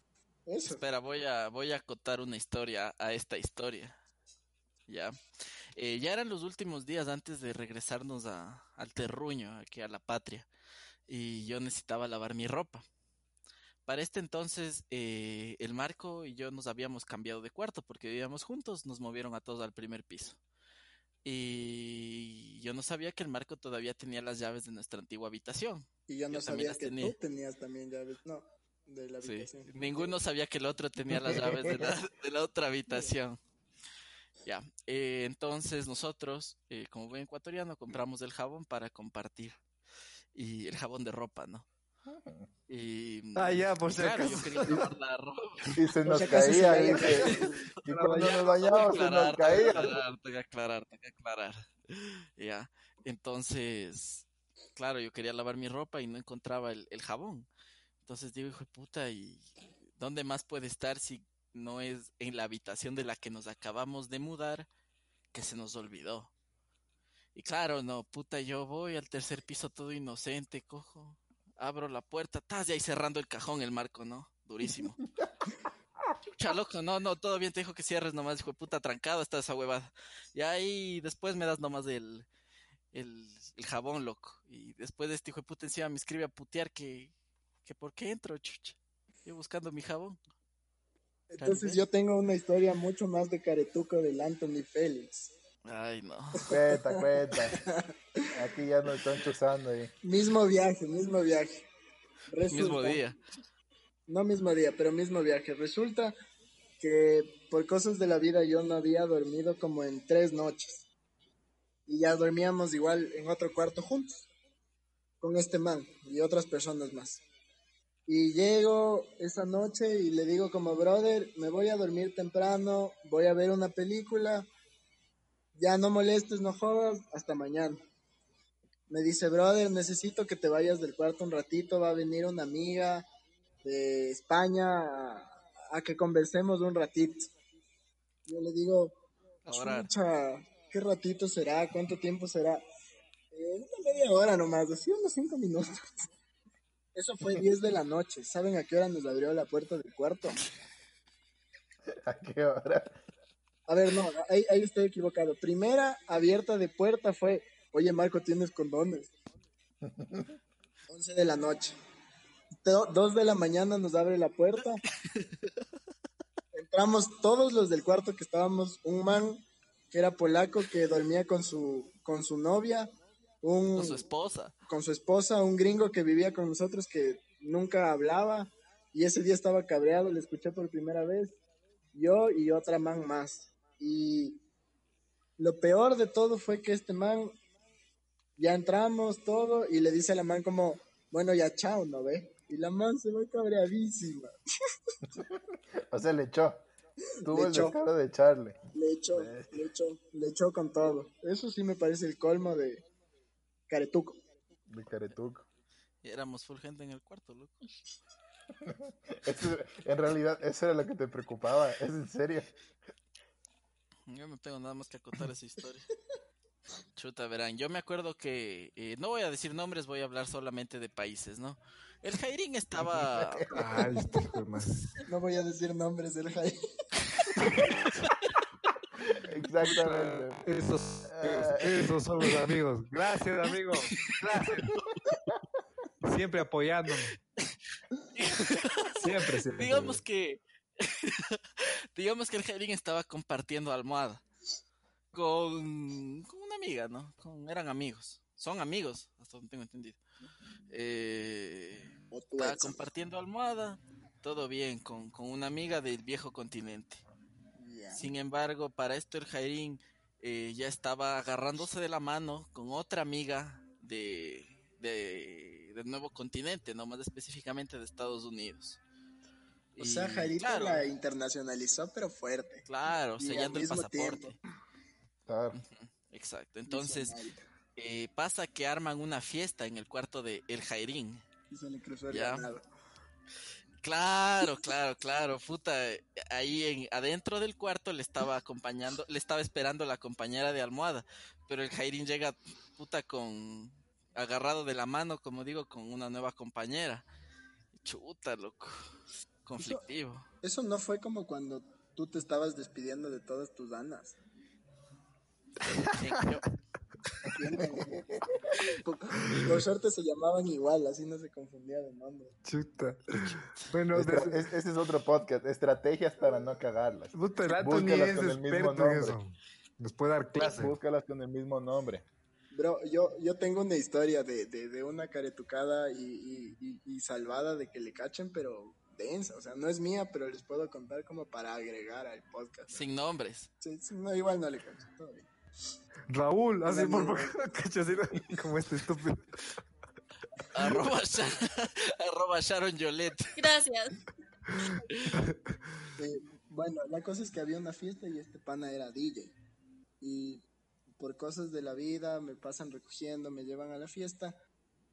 S5: Eso.
S3: Espera, voy a, voy a acotar una historia a esta historia. Ya. Eh, ya eran los últimos días antes de regresarnos a, al terruño, aquí a la patria. Y yo necesitaba lavar mi ropa. Para este entonces, eh, el Marco y yo nos habíamos cambiado de cuarto porque vivíamos juntos, nos movieron a todos al primer piso. Y yo no sabía que el Marco todavía tenía las llaves de nuestra antigua habitación.
S5: Y yo no
S3: Yo también
S5: sabía
S3: las
S5: que
S3: tenía.
S5: tú tenías también llaves. No, de la
S3: Sí,
S5: habitación.
S3: Ninguno sabía que el otro tenía las llaves de la, de la otra habitación. Ya, eh, entonces nosotros, eh, como buen ecuatoriano, compramos el jabón para compartir. Y el jabón de ropa, ¿no? Y,
S2: Ah, ya, por
S3: y
S2: si
S3: claro,
S2: acaso.
S3: yo quería lavar la ropa.
S4: Y se
S5: Por
S4: nos
S5: si acaso se
S4: caía,
S5: vaya a
S4: dice. Y
S2: Para
S4: cuando nos
S3: Tengo que
S4: bañamos se nos
S3: aclarar, tengo
S4: caía.
S3: que aclarar, tengo que aclarar, tengo que aclarar. Ya, entonces, claro, yo quería lavar mi ropa y no encontraba el, el jabón. Entonces digo, hijo de puta, ¿y dónde más puede estar si no es en la habitación de la que nos acabamos de mudar que se nos olvidó? Y claro, no, puta, yo voy al tercer piso todo inocente, cojo, abro la puerta, tas, y ahí cerrando el cajón, el marco, ¿no? Durísimo. Chucha, loco, no, no, todo bien, te dijo que cierres nomás, hijo de puta, trancado está esa huevada. Y ahí después me das nomás el, el, el jabón, loco. Y después de este hijo de puta encima me escribe a putear que, que por qué entro, chucha. Yo buscando mi jabón.
S5: Entonces yo tengo una historia mucho más de caretuco del Anthony Félix.
S3: Ay, no.
S4: Cuenta, cuenta. Aquí ya nos están chuzando ahí.
S5: Mismo viaje, mismo viaje. Resulta-
S3: Mismo día.
S5: No mismo día, pero mismo viaje. Resulta que por cosas de la vida yo no había dormido como en tres noches. Y ya dormíamos igual en otro cuarto juntos. Con este man y otras personas más. Y llego esa noche y le digo como, brother, me voy a dormir temprano, voy a ver una película. Ya no molestes, no jodas, hasta mañana. Me dice, brother, necesito que te vayas del cuarto un ratito, va a venir una amiga, de España a, a que conversemos un ratito. Yo le digo,
S3: A orar.
S5: "Chucha, ¿qué ratito será? ¿Cuánto tiempo será? "Eh, una media hora nomás, así unos cinco minutos. Eso fue 10 de la noche. ¿Saben a qué hora nos abrió la puerta del cuarto?
S4: ¿A qué hora?
S5: A ver, no, ahí, ahí estoy equivocado. Primera abierta de puerta fue, oye Marco, ¿tienes condones? 11 de la noche. 2 de la mañana nos abre la puerta. Entramos todos los del cuarto que estábamos, un man que era polaco que dormía con su, con su novia, un,
S3: Con su esposa.
S5: con su esposa, un gringo que vivía con nosotros que nunca hablaba y ese día estaba cabreado, le escuché por primera vez, yo y otra man más. Y lo peor de todo fue que este man, ya entramos todo y le dice a la man como, bueno, ya chao, ¿no ve? Y la man se va cabreadísima.
S4: O sea, le echó. Tuvo
S5: Le
S4: el
S5: echó.
S4: descaro de echarle.
S5: Le echó, le echó, le echó con todo. Eso sí me parece el colmo de caretuco.
S4: De caretuco.
S3: Y éramos full gente en el cuarto, loco.
S4: Eso- en realidad, eso era lo que te preocupaba. Es en serio.
S3: Yo no tengo nada más que acotar esa historia. Chuta, verán, yo me acuerdo que, eh, no voy a decir nombres, voy a hablar solamente de países, ¿no? El Jairín estaba,
S2: Ay, este hijo de madre.
S5: No voy a decir nombres del Jaime.
S4: Exactamente.
S2: Esos, esos son los amigos. Gracias, amigo. Gracias. Siempre apoyándome. Siempre, siempre.
S3: digamos que, digamos que el Jairín estaba compartiendo almohada con, con una amiga, ¿no? Con, eran amigos, son amigos, hasta donde tengo entendido. Eh,
S5: O tú,
S3: estaba
S5: Edson.
S3: compartiendo almohada, todo bien, con, con una amiga del viejo continente.
S5: Ya.
S3: Sin embargo, para esto el Jairín eh, ya estaba agarrándose de la mano con otra amiga de, de- del nuevo continente, no más específicamente de Estados Unidos.
S5: O sea,
S3: Y
S5: Jairito
S3: claro,
S5: la internacionalizó, pero fuerte.
S3: claro,
S5: y al
S3: sellando el
S5: mismo
S3: pasaporte.
S5: tiempo.
S4: Claro.
S3: Exacto. Entonces, eh, pasa que arman una fiesta en el cuarto de El Jairín.
S5: Y se le cruzó el
S3: Ya.
S5: ganado.
S3: Claro, claro, claro, puta, eh, ahí en, adentro del cuarto le estaba acompañando, le estaba esperando la compañera de almohada, pero el Jairín llega puta con agarrado de la mano, como digo, con una nueva compañera. Chuta, loco. Conflictivo.
S5: Eso no fue como cuando tú te estabas despidiendo de todas tus danas.
S3: Eh, yo-
S5: Por, por suerte se llamaban igual, así no se confundía de nombre.
S2: Chuta. Bueno,
S4: Estra-
S2: desde-
S4: es- ese es otro podcast. Estrategias para no cagarlas.
S2: puta, el Anthony
S4: Búscalas
S2: es
S4: con el mismo
S2: experto en
S4: nombre.
S2: eso. Nos puede dar clase.
S4: Búscalas con el mismo nombre.
S5: Bro, yo, yo tengo una historia de, de, de una caretucada y, y- y- y salvada de que le cachen, pero densa. O sea, no es mía, pero les puedo contar como para agregar al podcast.
S3: sin nombres.
S5: Sí, sí, no, igual no le cachan. todo bien.
S2: Raúl, así
S5: Una
S2: por
S5: amiga.
S2: favor, cacha, así, como este estúpido.
S3: Arroba, Sha- arroba Sharon Yolette.
S6: Gracias.
S5: Eh, bueno, la cosa es que había una fiesta y este pana era DJ. Y por cosas de la vida me pasan recogiendo, me llevan a la fiesta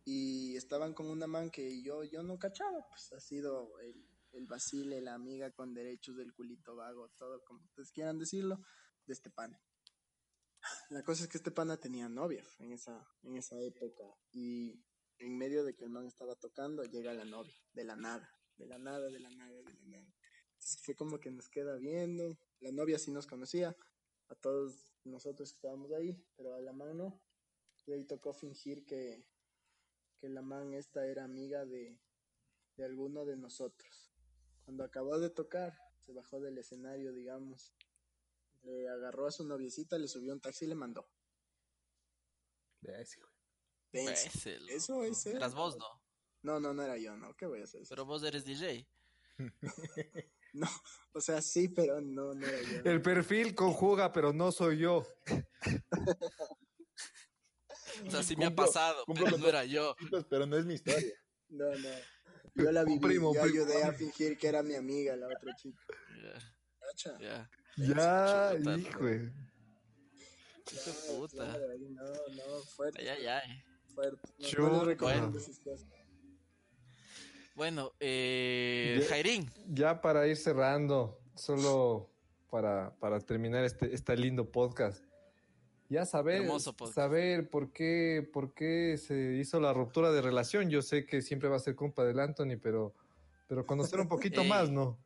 S5: y estaban con una man que yo, yo no cachaba, pues ha sido el, el Basile, la amiga con derechos del culito vago, todo como ustedes quieran decirlo, de este pana. La cosa es que este pana tenía novia en esa, en esa época y en medio de que el man estaba tocando llega la novia, de la nada, de la nada, de la nada, de la nada. Entonces fue como que nos queda viendo. La novia sí nos conocía, a todos nosotros que estábamos ahí, pero a la man no. Y ahí tocó fingir que, que la man esta era amiga de, de alguno de nosotros. Cuando acabó de tocar, se bajó del escenario, digamos. Le agarró a su noviecita, le subió un taxi y le mandó.
S4: Vea ese, güey.
S5: Denso.
S3: Béselo.
S5: Eso es ser.
S3: Eras vos, ¿no?
S5: No, no, no era yo, no. ¿Qué voy a hacer?
S3: Pero vos eres DJ.
S5: O sea, sí, pero no, no era yo.
S2: El perfil conjuga, pero no soy yo.
S3: O sea, sí me ha
S4: Cumplo-
S3: pasado,
S4: cumplo
S3: pero
S4: con
S3: no era yo.
S4: Pero no es mi historia.
S5: No, no. Yo la viví,
S2: primo,
S5: yo
S2: primo.
S5: ayudé a fingir que era mi amiga la otra chica.
S3: Ya,
S5: Cacha.
S3: ya.
S2: Ya,
S3: Chuta,
S2: hijo.
S3: Qué
S5: Claro,
S3: puta.
S5: claro, ahí No, no, fuerte,
S3: Ay, ay, ay.
S5: fuerte. No,
S2: Chuta.
S5: no les recomiendo esas cosas.
S3: Bueno, eh,
S2: Ya.
S3: Jairín,
S2: Ya para ir cerrando, solo para, para terminar este, este lindo podcast. Ya saber,
S3: Hermoso podcast.
S2: saber por qué, por qué se hizo la ruptura de relación. Yo sé que siempre va a ser culpa del Anthony, pero, pero conocer un poquito
S3: Ey.
S2: más, ¿no?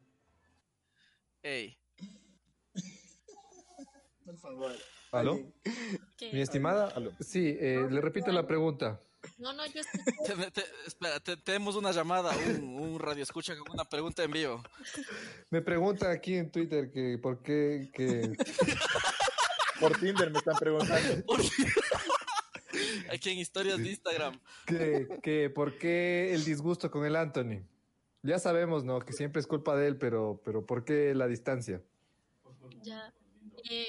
S3: ey,
S5: Por favor.
S2: ¿Aló?
S5: alguien.
S2: Mi
S1: ¿Qué?
S2: estimada,
S4: Aló.
S2: sí, eh, le repito la pregunta.
S1: No, no, yo estoy...
S3: te- te- espera, te- tenemos una llamada, un, un radio escucha con una pregunta en vivo.
S2: Me pregunta aquí en Twitter que por qué que
S4: Por Tinder me están preguntando.
S3: Aquí en historias de Instagram.
S2: que, que por qué el disgusto con el Anthony. Ya sabemos, ¿no? Que siempre es culpa de él, pero, pero ¿por qué la distancia?
S1: Ya. Eh,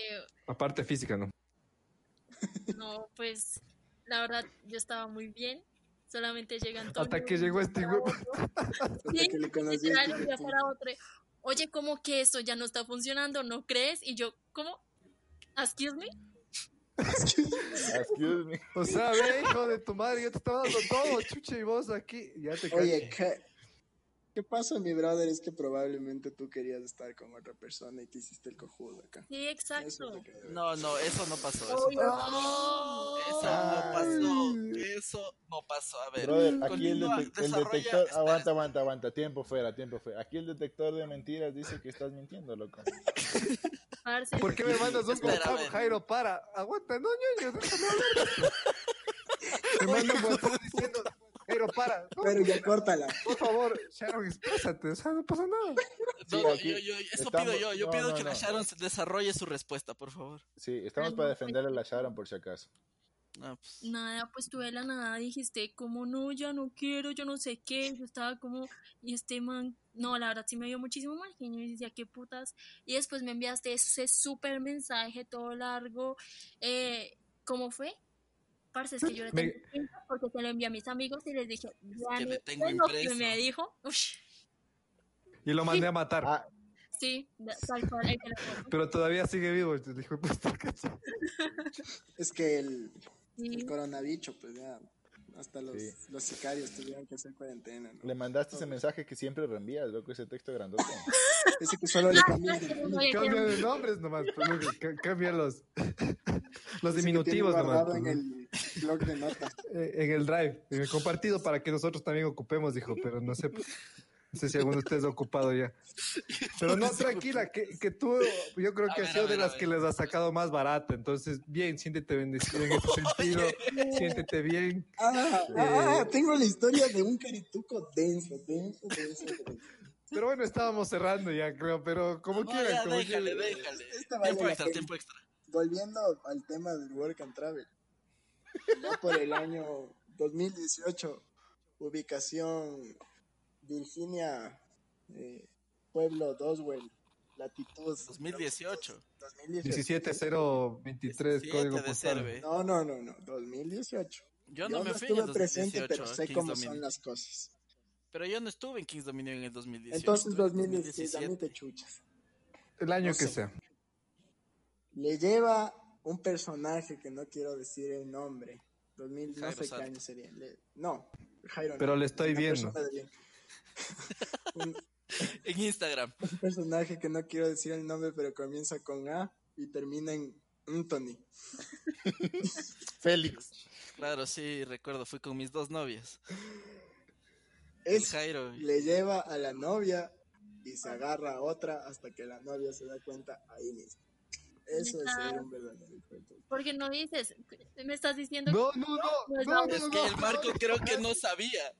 S2: Aparte física, ¿no?
S1: no, pues la verdad yo estaba muy bien. Solamente llega Antonio.
S2: Hasta que llegó este güey.
S5: Hasta que le conocí a
S1: literal,
S5: este
S1: un día
S5: tipo.
S1: para otro. Oye, ¿cómo que esto ya no está funcionando? ¿No crees? Y yo, ¿cómo? ¿Excuse me?
S4: Excuse me.
S2: O sea, ve, hijo de tu madre, yo te estaba dando todo, chuche, y vos aquí. Ya te
S5: Oye,
S2: cacho.
S5: ¿qué, ¿qué pasa, mi brother? Es que probablemente tú querías estar con otra persona y te hiciste el cojudo acá.
S1: Sí,
S5: Eso es
S1: exacto.
S5: lo que debe-
S3: No, no, eso no pasó. Eso,
S1: Obvio.
S3: eso no pasó. Eso no pasó. A ver,
S4: Brother, aquí el,
S3: continúa,
S4: detec- el
S3: desarrolla-
S4: detector.
S3: espera,
S4: Aguanta, aguanta, aguanta. Tiempo fuera, tiempo fuera. Aquí el detector de mentiras dice que estás mintiendo, loco.
S1: Parce,
S2: ¿Por qué me mandas un
S3: Espera, a
S2: WhatsApp,
S3: ver.
S2: Jairo? Para, aguanta, no, ñoño, déjame hablar. Te mando un WhatsApp diciendo, Jairo, para, no,
S5: Pero ya córtala.
S2: por favor, Sharon, exprésate, o sea, no pasa nada.
S3: No,
S4: Sí,
S3: no,
S4: aquí
S3: yo, yo- eso
S4: estamos-
S3: pido yo. Yo
S4: no,
S3: pido
S4: no,
S3: que la
S4: no.
S3: Sharon se desarrolle su respuesta, por favor.
S4: Sí, estamos
S1: Ah,
S4: para
S1: no,
S4: defenderle a la Sharon, por si acaso.
S3: No, pues,
S1: Nada, pues tú de la nada dijiste, como no, ya no quiero, yo no sé qué, yo estaba como, y este man, no, la verdad sí me dio muchísimo mal genio, y decía, qué putas, y después me enviaste ese súper mensaje todo largo, eh, ¿cómo fue? Parce, es que yo le
S2: Me-
S1: tengo impreso porque se lo envié a mis amigos y les dije, ya
S3: que
S1: ni
S3: le tengo
S1: sé lo que
S3: impreso".
S1: me dijo, Ush,
S2: Y lo mandé a matar.
S4: Ah,
S1: sí, da- tal cual, ahí te lo pongo.
S2: Pero todavía sigue vivo. el hijo de puta, ¿cachai?
S5: Es que el,
S1: Sí.
S5: el coronavirus, pues ya. Hasta los,
S4: Sí.
S5: los sicarios tuvieron que hacer cuarentena, ¿no?
S4: le mandaste ese mensaje que siempre reenvías, loco, ese texto grandote.
S5: Ese que solo le cambian
S1: Ah,
S5: el
S1: no,
S5: nombre.
S1: no, ya-
S2: Cambia de nombres nomás. pues, loco, ca- Cambia los, los
S5: Ese que tiene
S2: diminutivos nomás.
S5: guardado
S2: pues,
S5: en
S2: ¿no? Eh,
S5: el blog de notas.
S2: en el... drive, en el compartido para que nosotros también ocupemos, dijo. Pero no sé, pues, no sé si alguno de ustedes ha ocupado ya. Pero no, tranquila, que, que tú, yo creo
S3: A
S2: que
S3: ver,
S2: has sido
S3: a ver,
S2: de
S3: a
S2: las
S3: ver.
S2: que les has sacado más barata. Entonces, bien, siéntete bendecido en ese sentido. Siéntete bien.
S5: Ah, ah, ah, tengo la historia de un carituco denso, denso, denso. denso.
S2: Pero bueno, estábamos cerrando ya, creo. Pero como
S3: no,
S2: quieran.
S3: ya,
S2: como
S3: déjale,
S2: quieran.
S3: déjale.
S5: Esta vale
S3: Tiempo
S5: la
S3: extra,
S5: pena.
S3: tiempo extra.
S5: Volviendo al tema del Work and Travel. Ya por el año 2018, ubicación Virginia, eh, Pueblo Doswell, latitud
S3: 2018.
S5: 2018.
S2: 17023,
S3: 17
S2: código
S3: de eh.
S2: postal.
S3: Cerve.
S5: No, no, no, no, 2018.
S3: Yo no me fui en
S5: estuve
S3: el 2018
S5: presente, pero
S3: a
S5: sé
S3: Kings
S5: cómo
S3: Dominion.
S5: son las cosas.
S3: Pero yo no estuve en Kings Dominion en el 2018.
S5: Entonces,
S3: estuve en
S5: 2016, a mí te chuchas.
S2: El año
S5: No
S2: que
S5: sé.
S2: sea.
S5: Le lleva un personaje que no quiero decir el nombre. 2000, no
S3: Jairo
S5: sé qué
S3: Sarto.
S5: año sería. Le- no, Jairo. no.
S2: Pero le estoy
S5: Una
S2: viendo.
S5: persona de bien. un,
S3: En Instagram.
S5: un personaje que no quiero decir el nombre, pero comienza con A y termina en Anthony.
S4: Félix.
S3: Claro, sí, recuerdo. Fui con mis dos novias. El
S5: Es,
S3: Jairo. y-
S5: le lleva a la novia y se agarra a otra hasta que la novia se da cuenta ahí mismo. Eso es ser un verdadero hijo de puta.
S1: porque no dices, me estás diciendo
S2: No, no, no.
S1: Pues
S2: no,
S1: vamos.
S2: no,
S3: Es
S2: no.
S3: que el Marco creo que no sabía.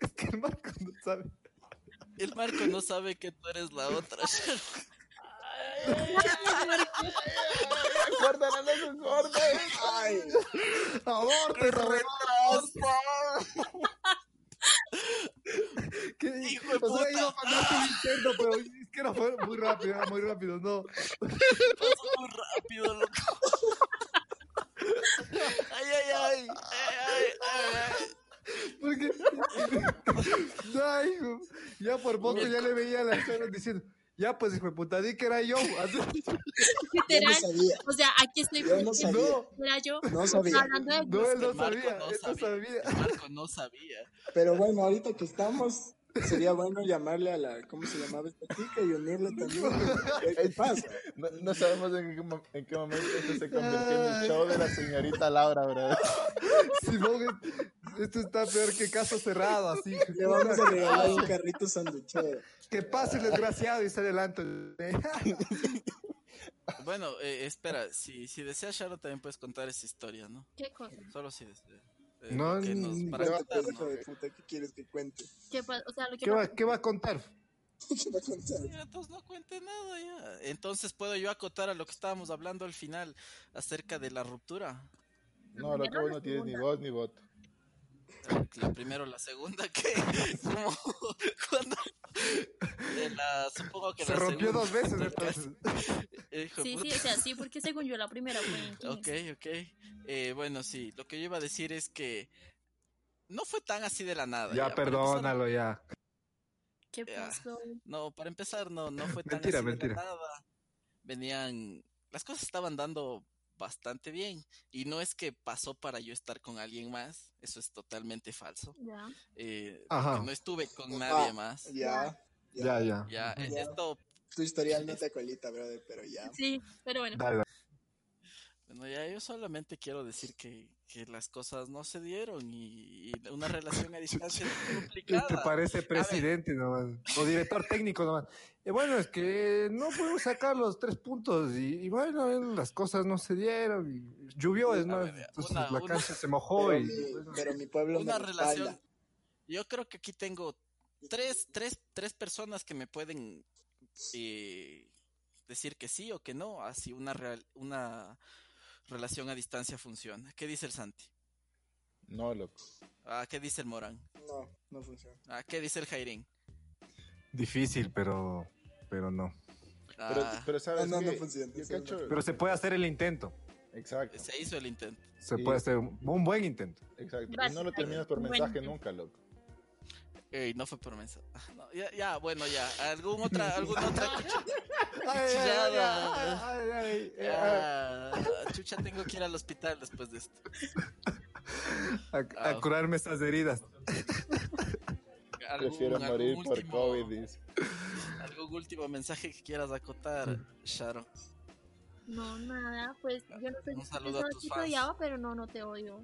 S2: Es que el Marco no sabe.
S3: El Marco no sabe que tú eres la otra.
S4: Córtala, no se corta.
S5: Ay,
S2: ¡Aborte, esa hue- ¿Qué?
S3: Hijo de
S2: O sea,
S3: puta.
S2: iba a mandarte un intento, pero es que era fue muy rápido, era muy rápido, no.
S3: Pasó muy rápido, loco. Ay, ay, ay. Ay, ay, ay, ay.
S2: Porque. Ay, hijo, ya por poco ya le veía las caras diciendo. Ya, pues, hijo de puta, di que era yo. Así-
S5: yo no
S6: Literal.
S5: sabía,
S6: O sea, aquí estoy
S5: yo no
S6: porque
S5: sabía,
S6: era yo
S5: no sabía.
S6: hablando de
S2: No, él no
S3: Marco
S2: sabía,
S3: no
S2: él no
S3: sabía.
S2: sabía.
S3: Marco no sabía.
S5: Pero bueno, ahorita que estamos, sería bueno llamarle a la, ¿cómo se llamaba esta chica? Y unirle también. ¿Qué- ¿Qué pasa?
S4: No, no sabemos en qué, mo- en qué momento esto se convirtió en el show de la señorita Laura, bro.
S2: Simón, esto está peor que caso cerrado, así.
S5: Le vamos a regalar un carrito sanduchero.
S2: Que pase el desgraciado y sale el Anthony.
S3: Bueno, eh, espera, si, si deseas, Sharon, también puedes contar esa historia, ¿no?
S6: ¿Qué cosa?
S3: Solo si deseas. Eh,
S2: No,
S3: que nos-
S2: ni-
S3: para
S5: Cuéntate,
S3: contar,
S5: hijo
S3: ¿no?
S5: de puta, ¿qué quieres que cuente?
S6: ¿Qué pa- o sea, lo que
S2: ¿Qué va,
S6: pasa-
S2: qué va a contar?
S5: ¿Qué va a contar?
S3: Ya, Entonces no cuente nada ya. Entonces puedo yo acotar a lo que estábamos hablando al final acerca de la ruptura.
S4: No, loco, vos no tienes ni voz ni voto.
S3: La primera o la segunda que como cuando eh, la- supongo que
S2: Se
S3: la
S2: rompió
S3: segunda,
S2: dos veces
S3: casi.
S2: entonces.
S3: Eh, hijo de
S6: Sí, sí,
S3: puta.
S6: o sea, sí, porque según yo la primera fue en 15.
S3: Ok, ok. Eh, bueno, sí, lo que yo iba a decir es que no fue tan así de la nada.
S2: Ya,
S3: ya. Para empezar,
S2: perdónalo, ya.
S6: ¿Qué
S3: Ya.
S6: pasó?
S3: No, para empezar, no, no fue tan
S2: Mentira,
S3: así de la
S2: mentira.
S3: nada. Venían, las cosas estaban dando bastante bien. Y no es que pasó para yo estar con alguien más, eso es totalmente falso.
S6: Ya.
S3: Eh,
S2: Ajá.
S3: porque no estuve con nadie
S5: Ah,
S3: más.
S5: Ya,
S2: Ya,
S5: ya.
S2: ya.
S3: Ya, eh,
S5: Ya.
S3: esto,
S5: Tu historial no te acolita, brother, pero ya.
S6: Sí, pero bueno.
S2: Dale.
S3: bueno, ya yo solamente quiero decir que, que las cosas no se dieron y, y una relación a distancia es
S2: Este
S3: complicada.
S2: parece presidente nomás, o director técnico nomás. Eh, bueno, es que no pudimos sacar los tres puntos y, y bueno, eh, las cosas no se dieron. y llovió, es
S3: A
S2: más,
S3: ver, ya,
S2: entonces
S3: una-
S2: la
S3: una-
S2: cancha se mojó
S5: Pero
S2: y... pues,
S5: mi, pero mi pueblo
S3: Una
S5: me
S3: relación.
S5: respalda.
S3: Yo creo que aquí tengo tres, tres, tres personas que me pueden eh, decir que sí o que no, así una, real- una relación a distancia funciona. ¿Qué dice el Santi?
S4: No, loco.
S3: Ah, ¿qué dice el Morán?
S5: No, no funciona.
S3: Ah, ¿qué dice el Jairín?
S2: Difícil, pero, pero no.
S4: Pero,
S3: Ah,
S4: pero sabes
S5: No, no, no
S4: qué?
S5: funciona,
S4: Yo
S5: sí, no.
S4: cacho-
S2: Pero se puede hacer el intento,
S4: Exacto,
S3: se hizo el intento.
S2: se
S4: Y-
S2: puede hacer un, un buen intento.
S4: exacto. Y no
S6: Gracias,
S4: lo terminas por
S6: Bueno.
S4: mensaje nunca, loco.
S3: Ey, no fue por mensaje. Ah, no, ya, ya, bueno, ya. ¿Algún otra, alguna otra cucha- Chillada.
S2: ay, ay, ay, ay.
S3: Ah, chucha, tengo que ir al hospital después de esto.
S2: A,
S3: ah.
S2: a curarme estas heridas.
S3: ¿Algún-
S4: Prefiero
S3: algún
S4: morir por
S3: último-
S4: COVID, dice.
S3: ¿Algún último mensaje que quieras acotar, Sharon?
S6: No, nada, pues yo no sé
S3: Ah, Un
S6: si
S3: saludo a
S6: pensaba
S3: tus
S6: que te
S3: fans.
S6: odiaba, pero no, no te odio.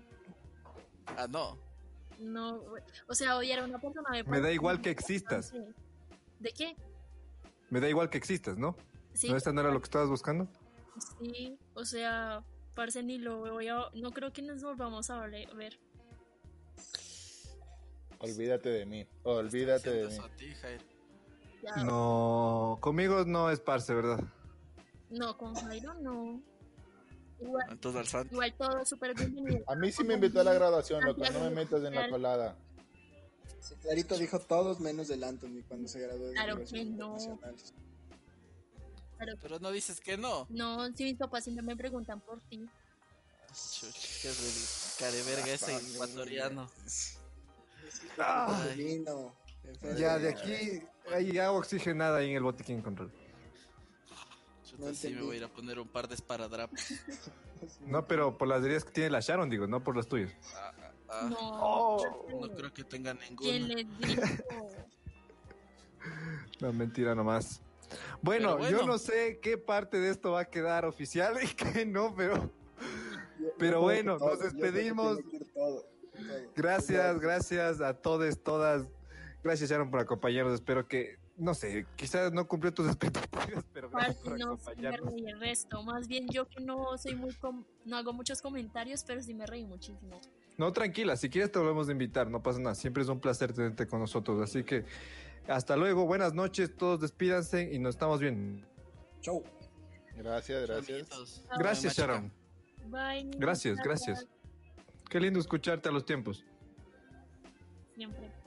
S3: Ah, no.
S6: No, güey. o sea, odiar a una persona me
S2: Me da
S6: parece
S2: igual
S6: muy
S2: que existas,
S6: importante. ¿De qué?
S2: me da igual que existas, ¿no?
S6: Sí,
S3: Pues
S2: ¿No esta no era lo que estabas buscando?
S6: sí, o sea, parce ni lo voy a, no creo que nos volvamos a vale- ver.
S4: Olvídate de mí.
S3: Olvídate
S4: Olvídate de mí.
S3: eso a ti, Jair.
S6: Ya.
S3: Ah.
S2: No, conmigo no es parce, ¿verdad?
S6: No, con Jairo no. Igual,
S3: Entonces al Santi.
S6: igual todo súper bienvenido.
S4: A mí sí me invitó a la graduación, loco. No me metas en la colada.
S5: Sí, Clarito dijo todos menos del Anthony cuando se graduó de
S6: Claro
S5: Relaciones
S6: que no.
S5: Internacionales.
S3: Pero no dices que no.
S6: No, si mis papás siempre me preguntan por ti.
S3: Chuch, qué del careverga ese ecuatoriano.
S5: pues,
S3: Ay,
S5: Divino. enfermo.
S2: Ya de aquí hay agua oxigenada ahí en el botiquín control.
S3: chuta,
S5: No
S3: sí me
S5: entendí.
S3: voy a ir a poner un par de esparadrapos.
S2: No, pero por las heridas que tiene la Sharon, digo, no por las tuyas.
S3: Ah, ah, ah.
S6: No,
S3: No creo que tenga
S6: ¿quién
S3: ninguno.
S6: les dijo?
S2: No, mentira nomás. Bueno,
S3: Pero bueno.
S2: yo no sé qué parte de esto va a quedar oficial y qué no, pero
S5: Yo- yo
S2: Pero
S5: creo que
S2: bueno,
S5: todo,
S2: nos
S5: yo creo que
S2: despedimos.
S5: tiene que ir todo, todo.
S2: gracias, gracias a todos, todas. Gracias Sharon por acompañarnos. Espero que, no sé, quizás no cumplió tus expectativas, pero gracias
S6: Parce,
S2: por
S6: no, sí me
S2: acompañarnos.
S6: reí el resto. Más bien yo que no soy muy com- no hago muchos comentarios, pero sí me reí muchísimo.
S2: No, tranquila, si quieres te volvemos a invitar, no pasa nada, siempre es un placer tenerte con nosotros, así que hasta luego, buenas noches, todos despídanse y nos estamos viendo.
S5: Chau.
S4: Gracias, gracias.
S3: Amiguitos,
S2: Gracias,
S3: me machaca.
S2: Sharon.
S1: Bye, niños.
S2: Gracias, gracias. Qué lindo escucharte a los tiempos.
S1: Siempre.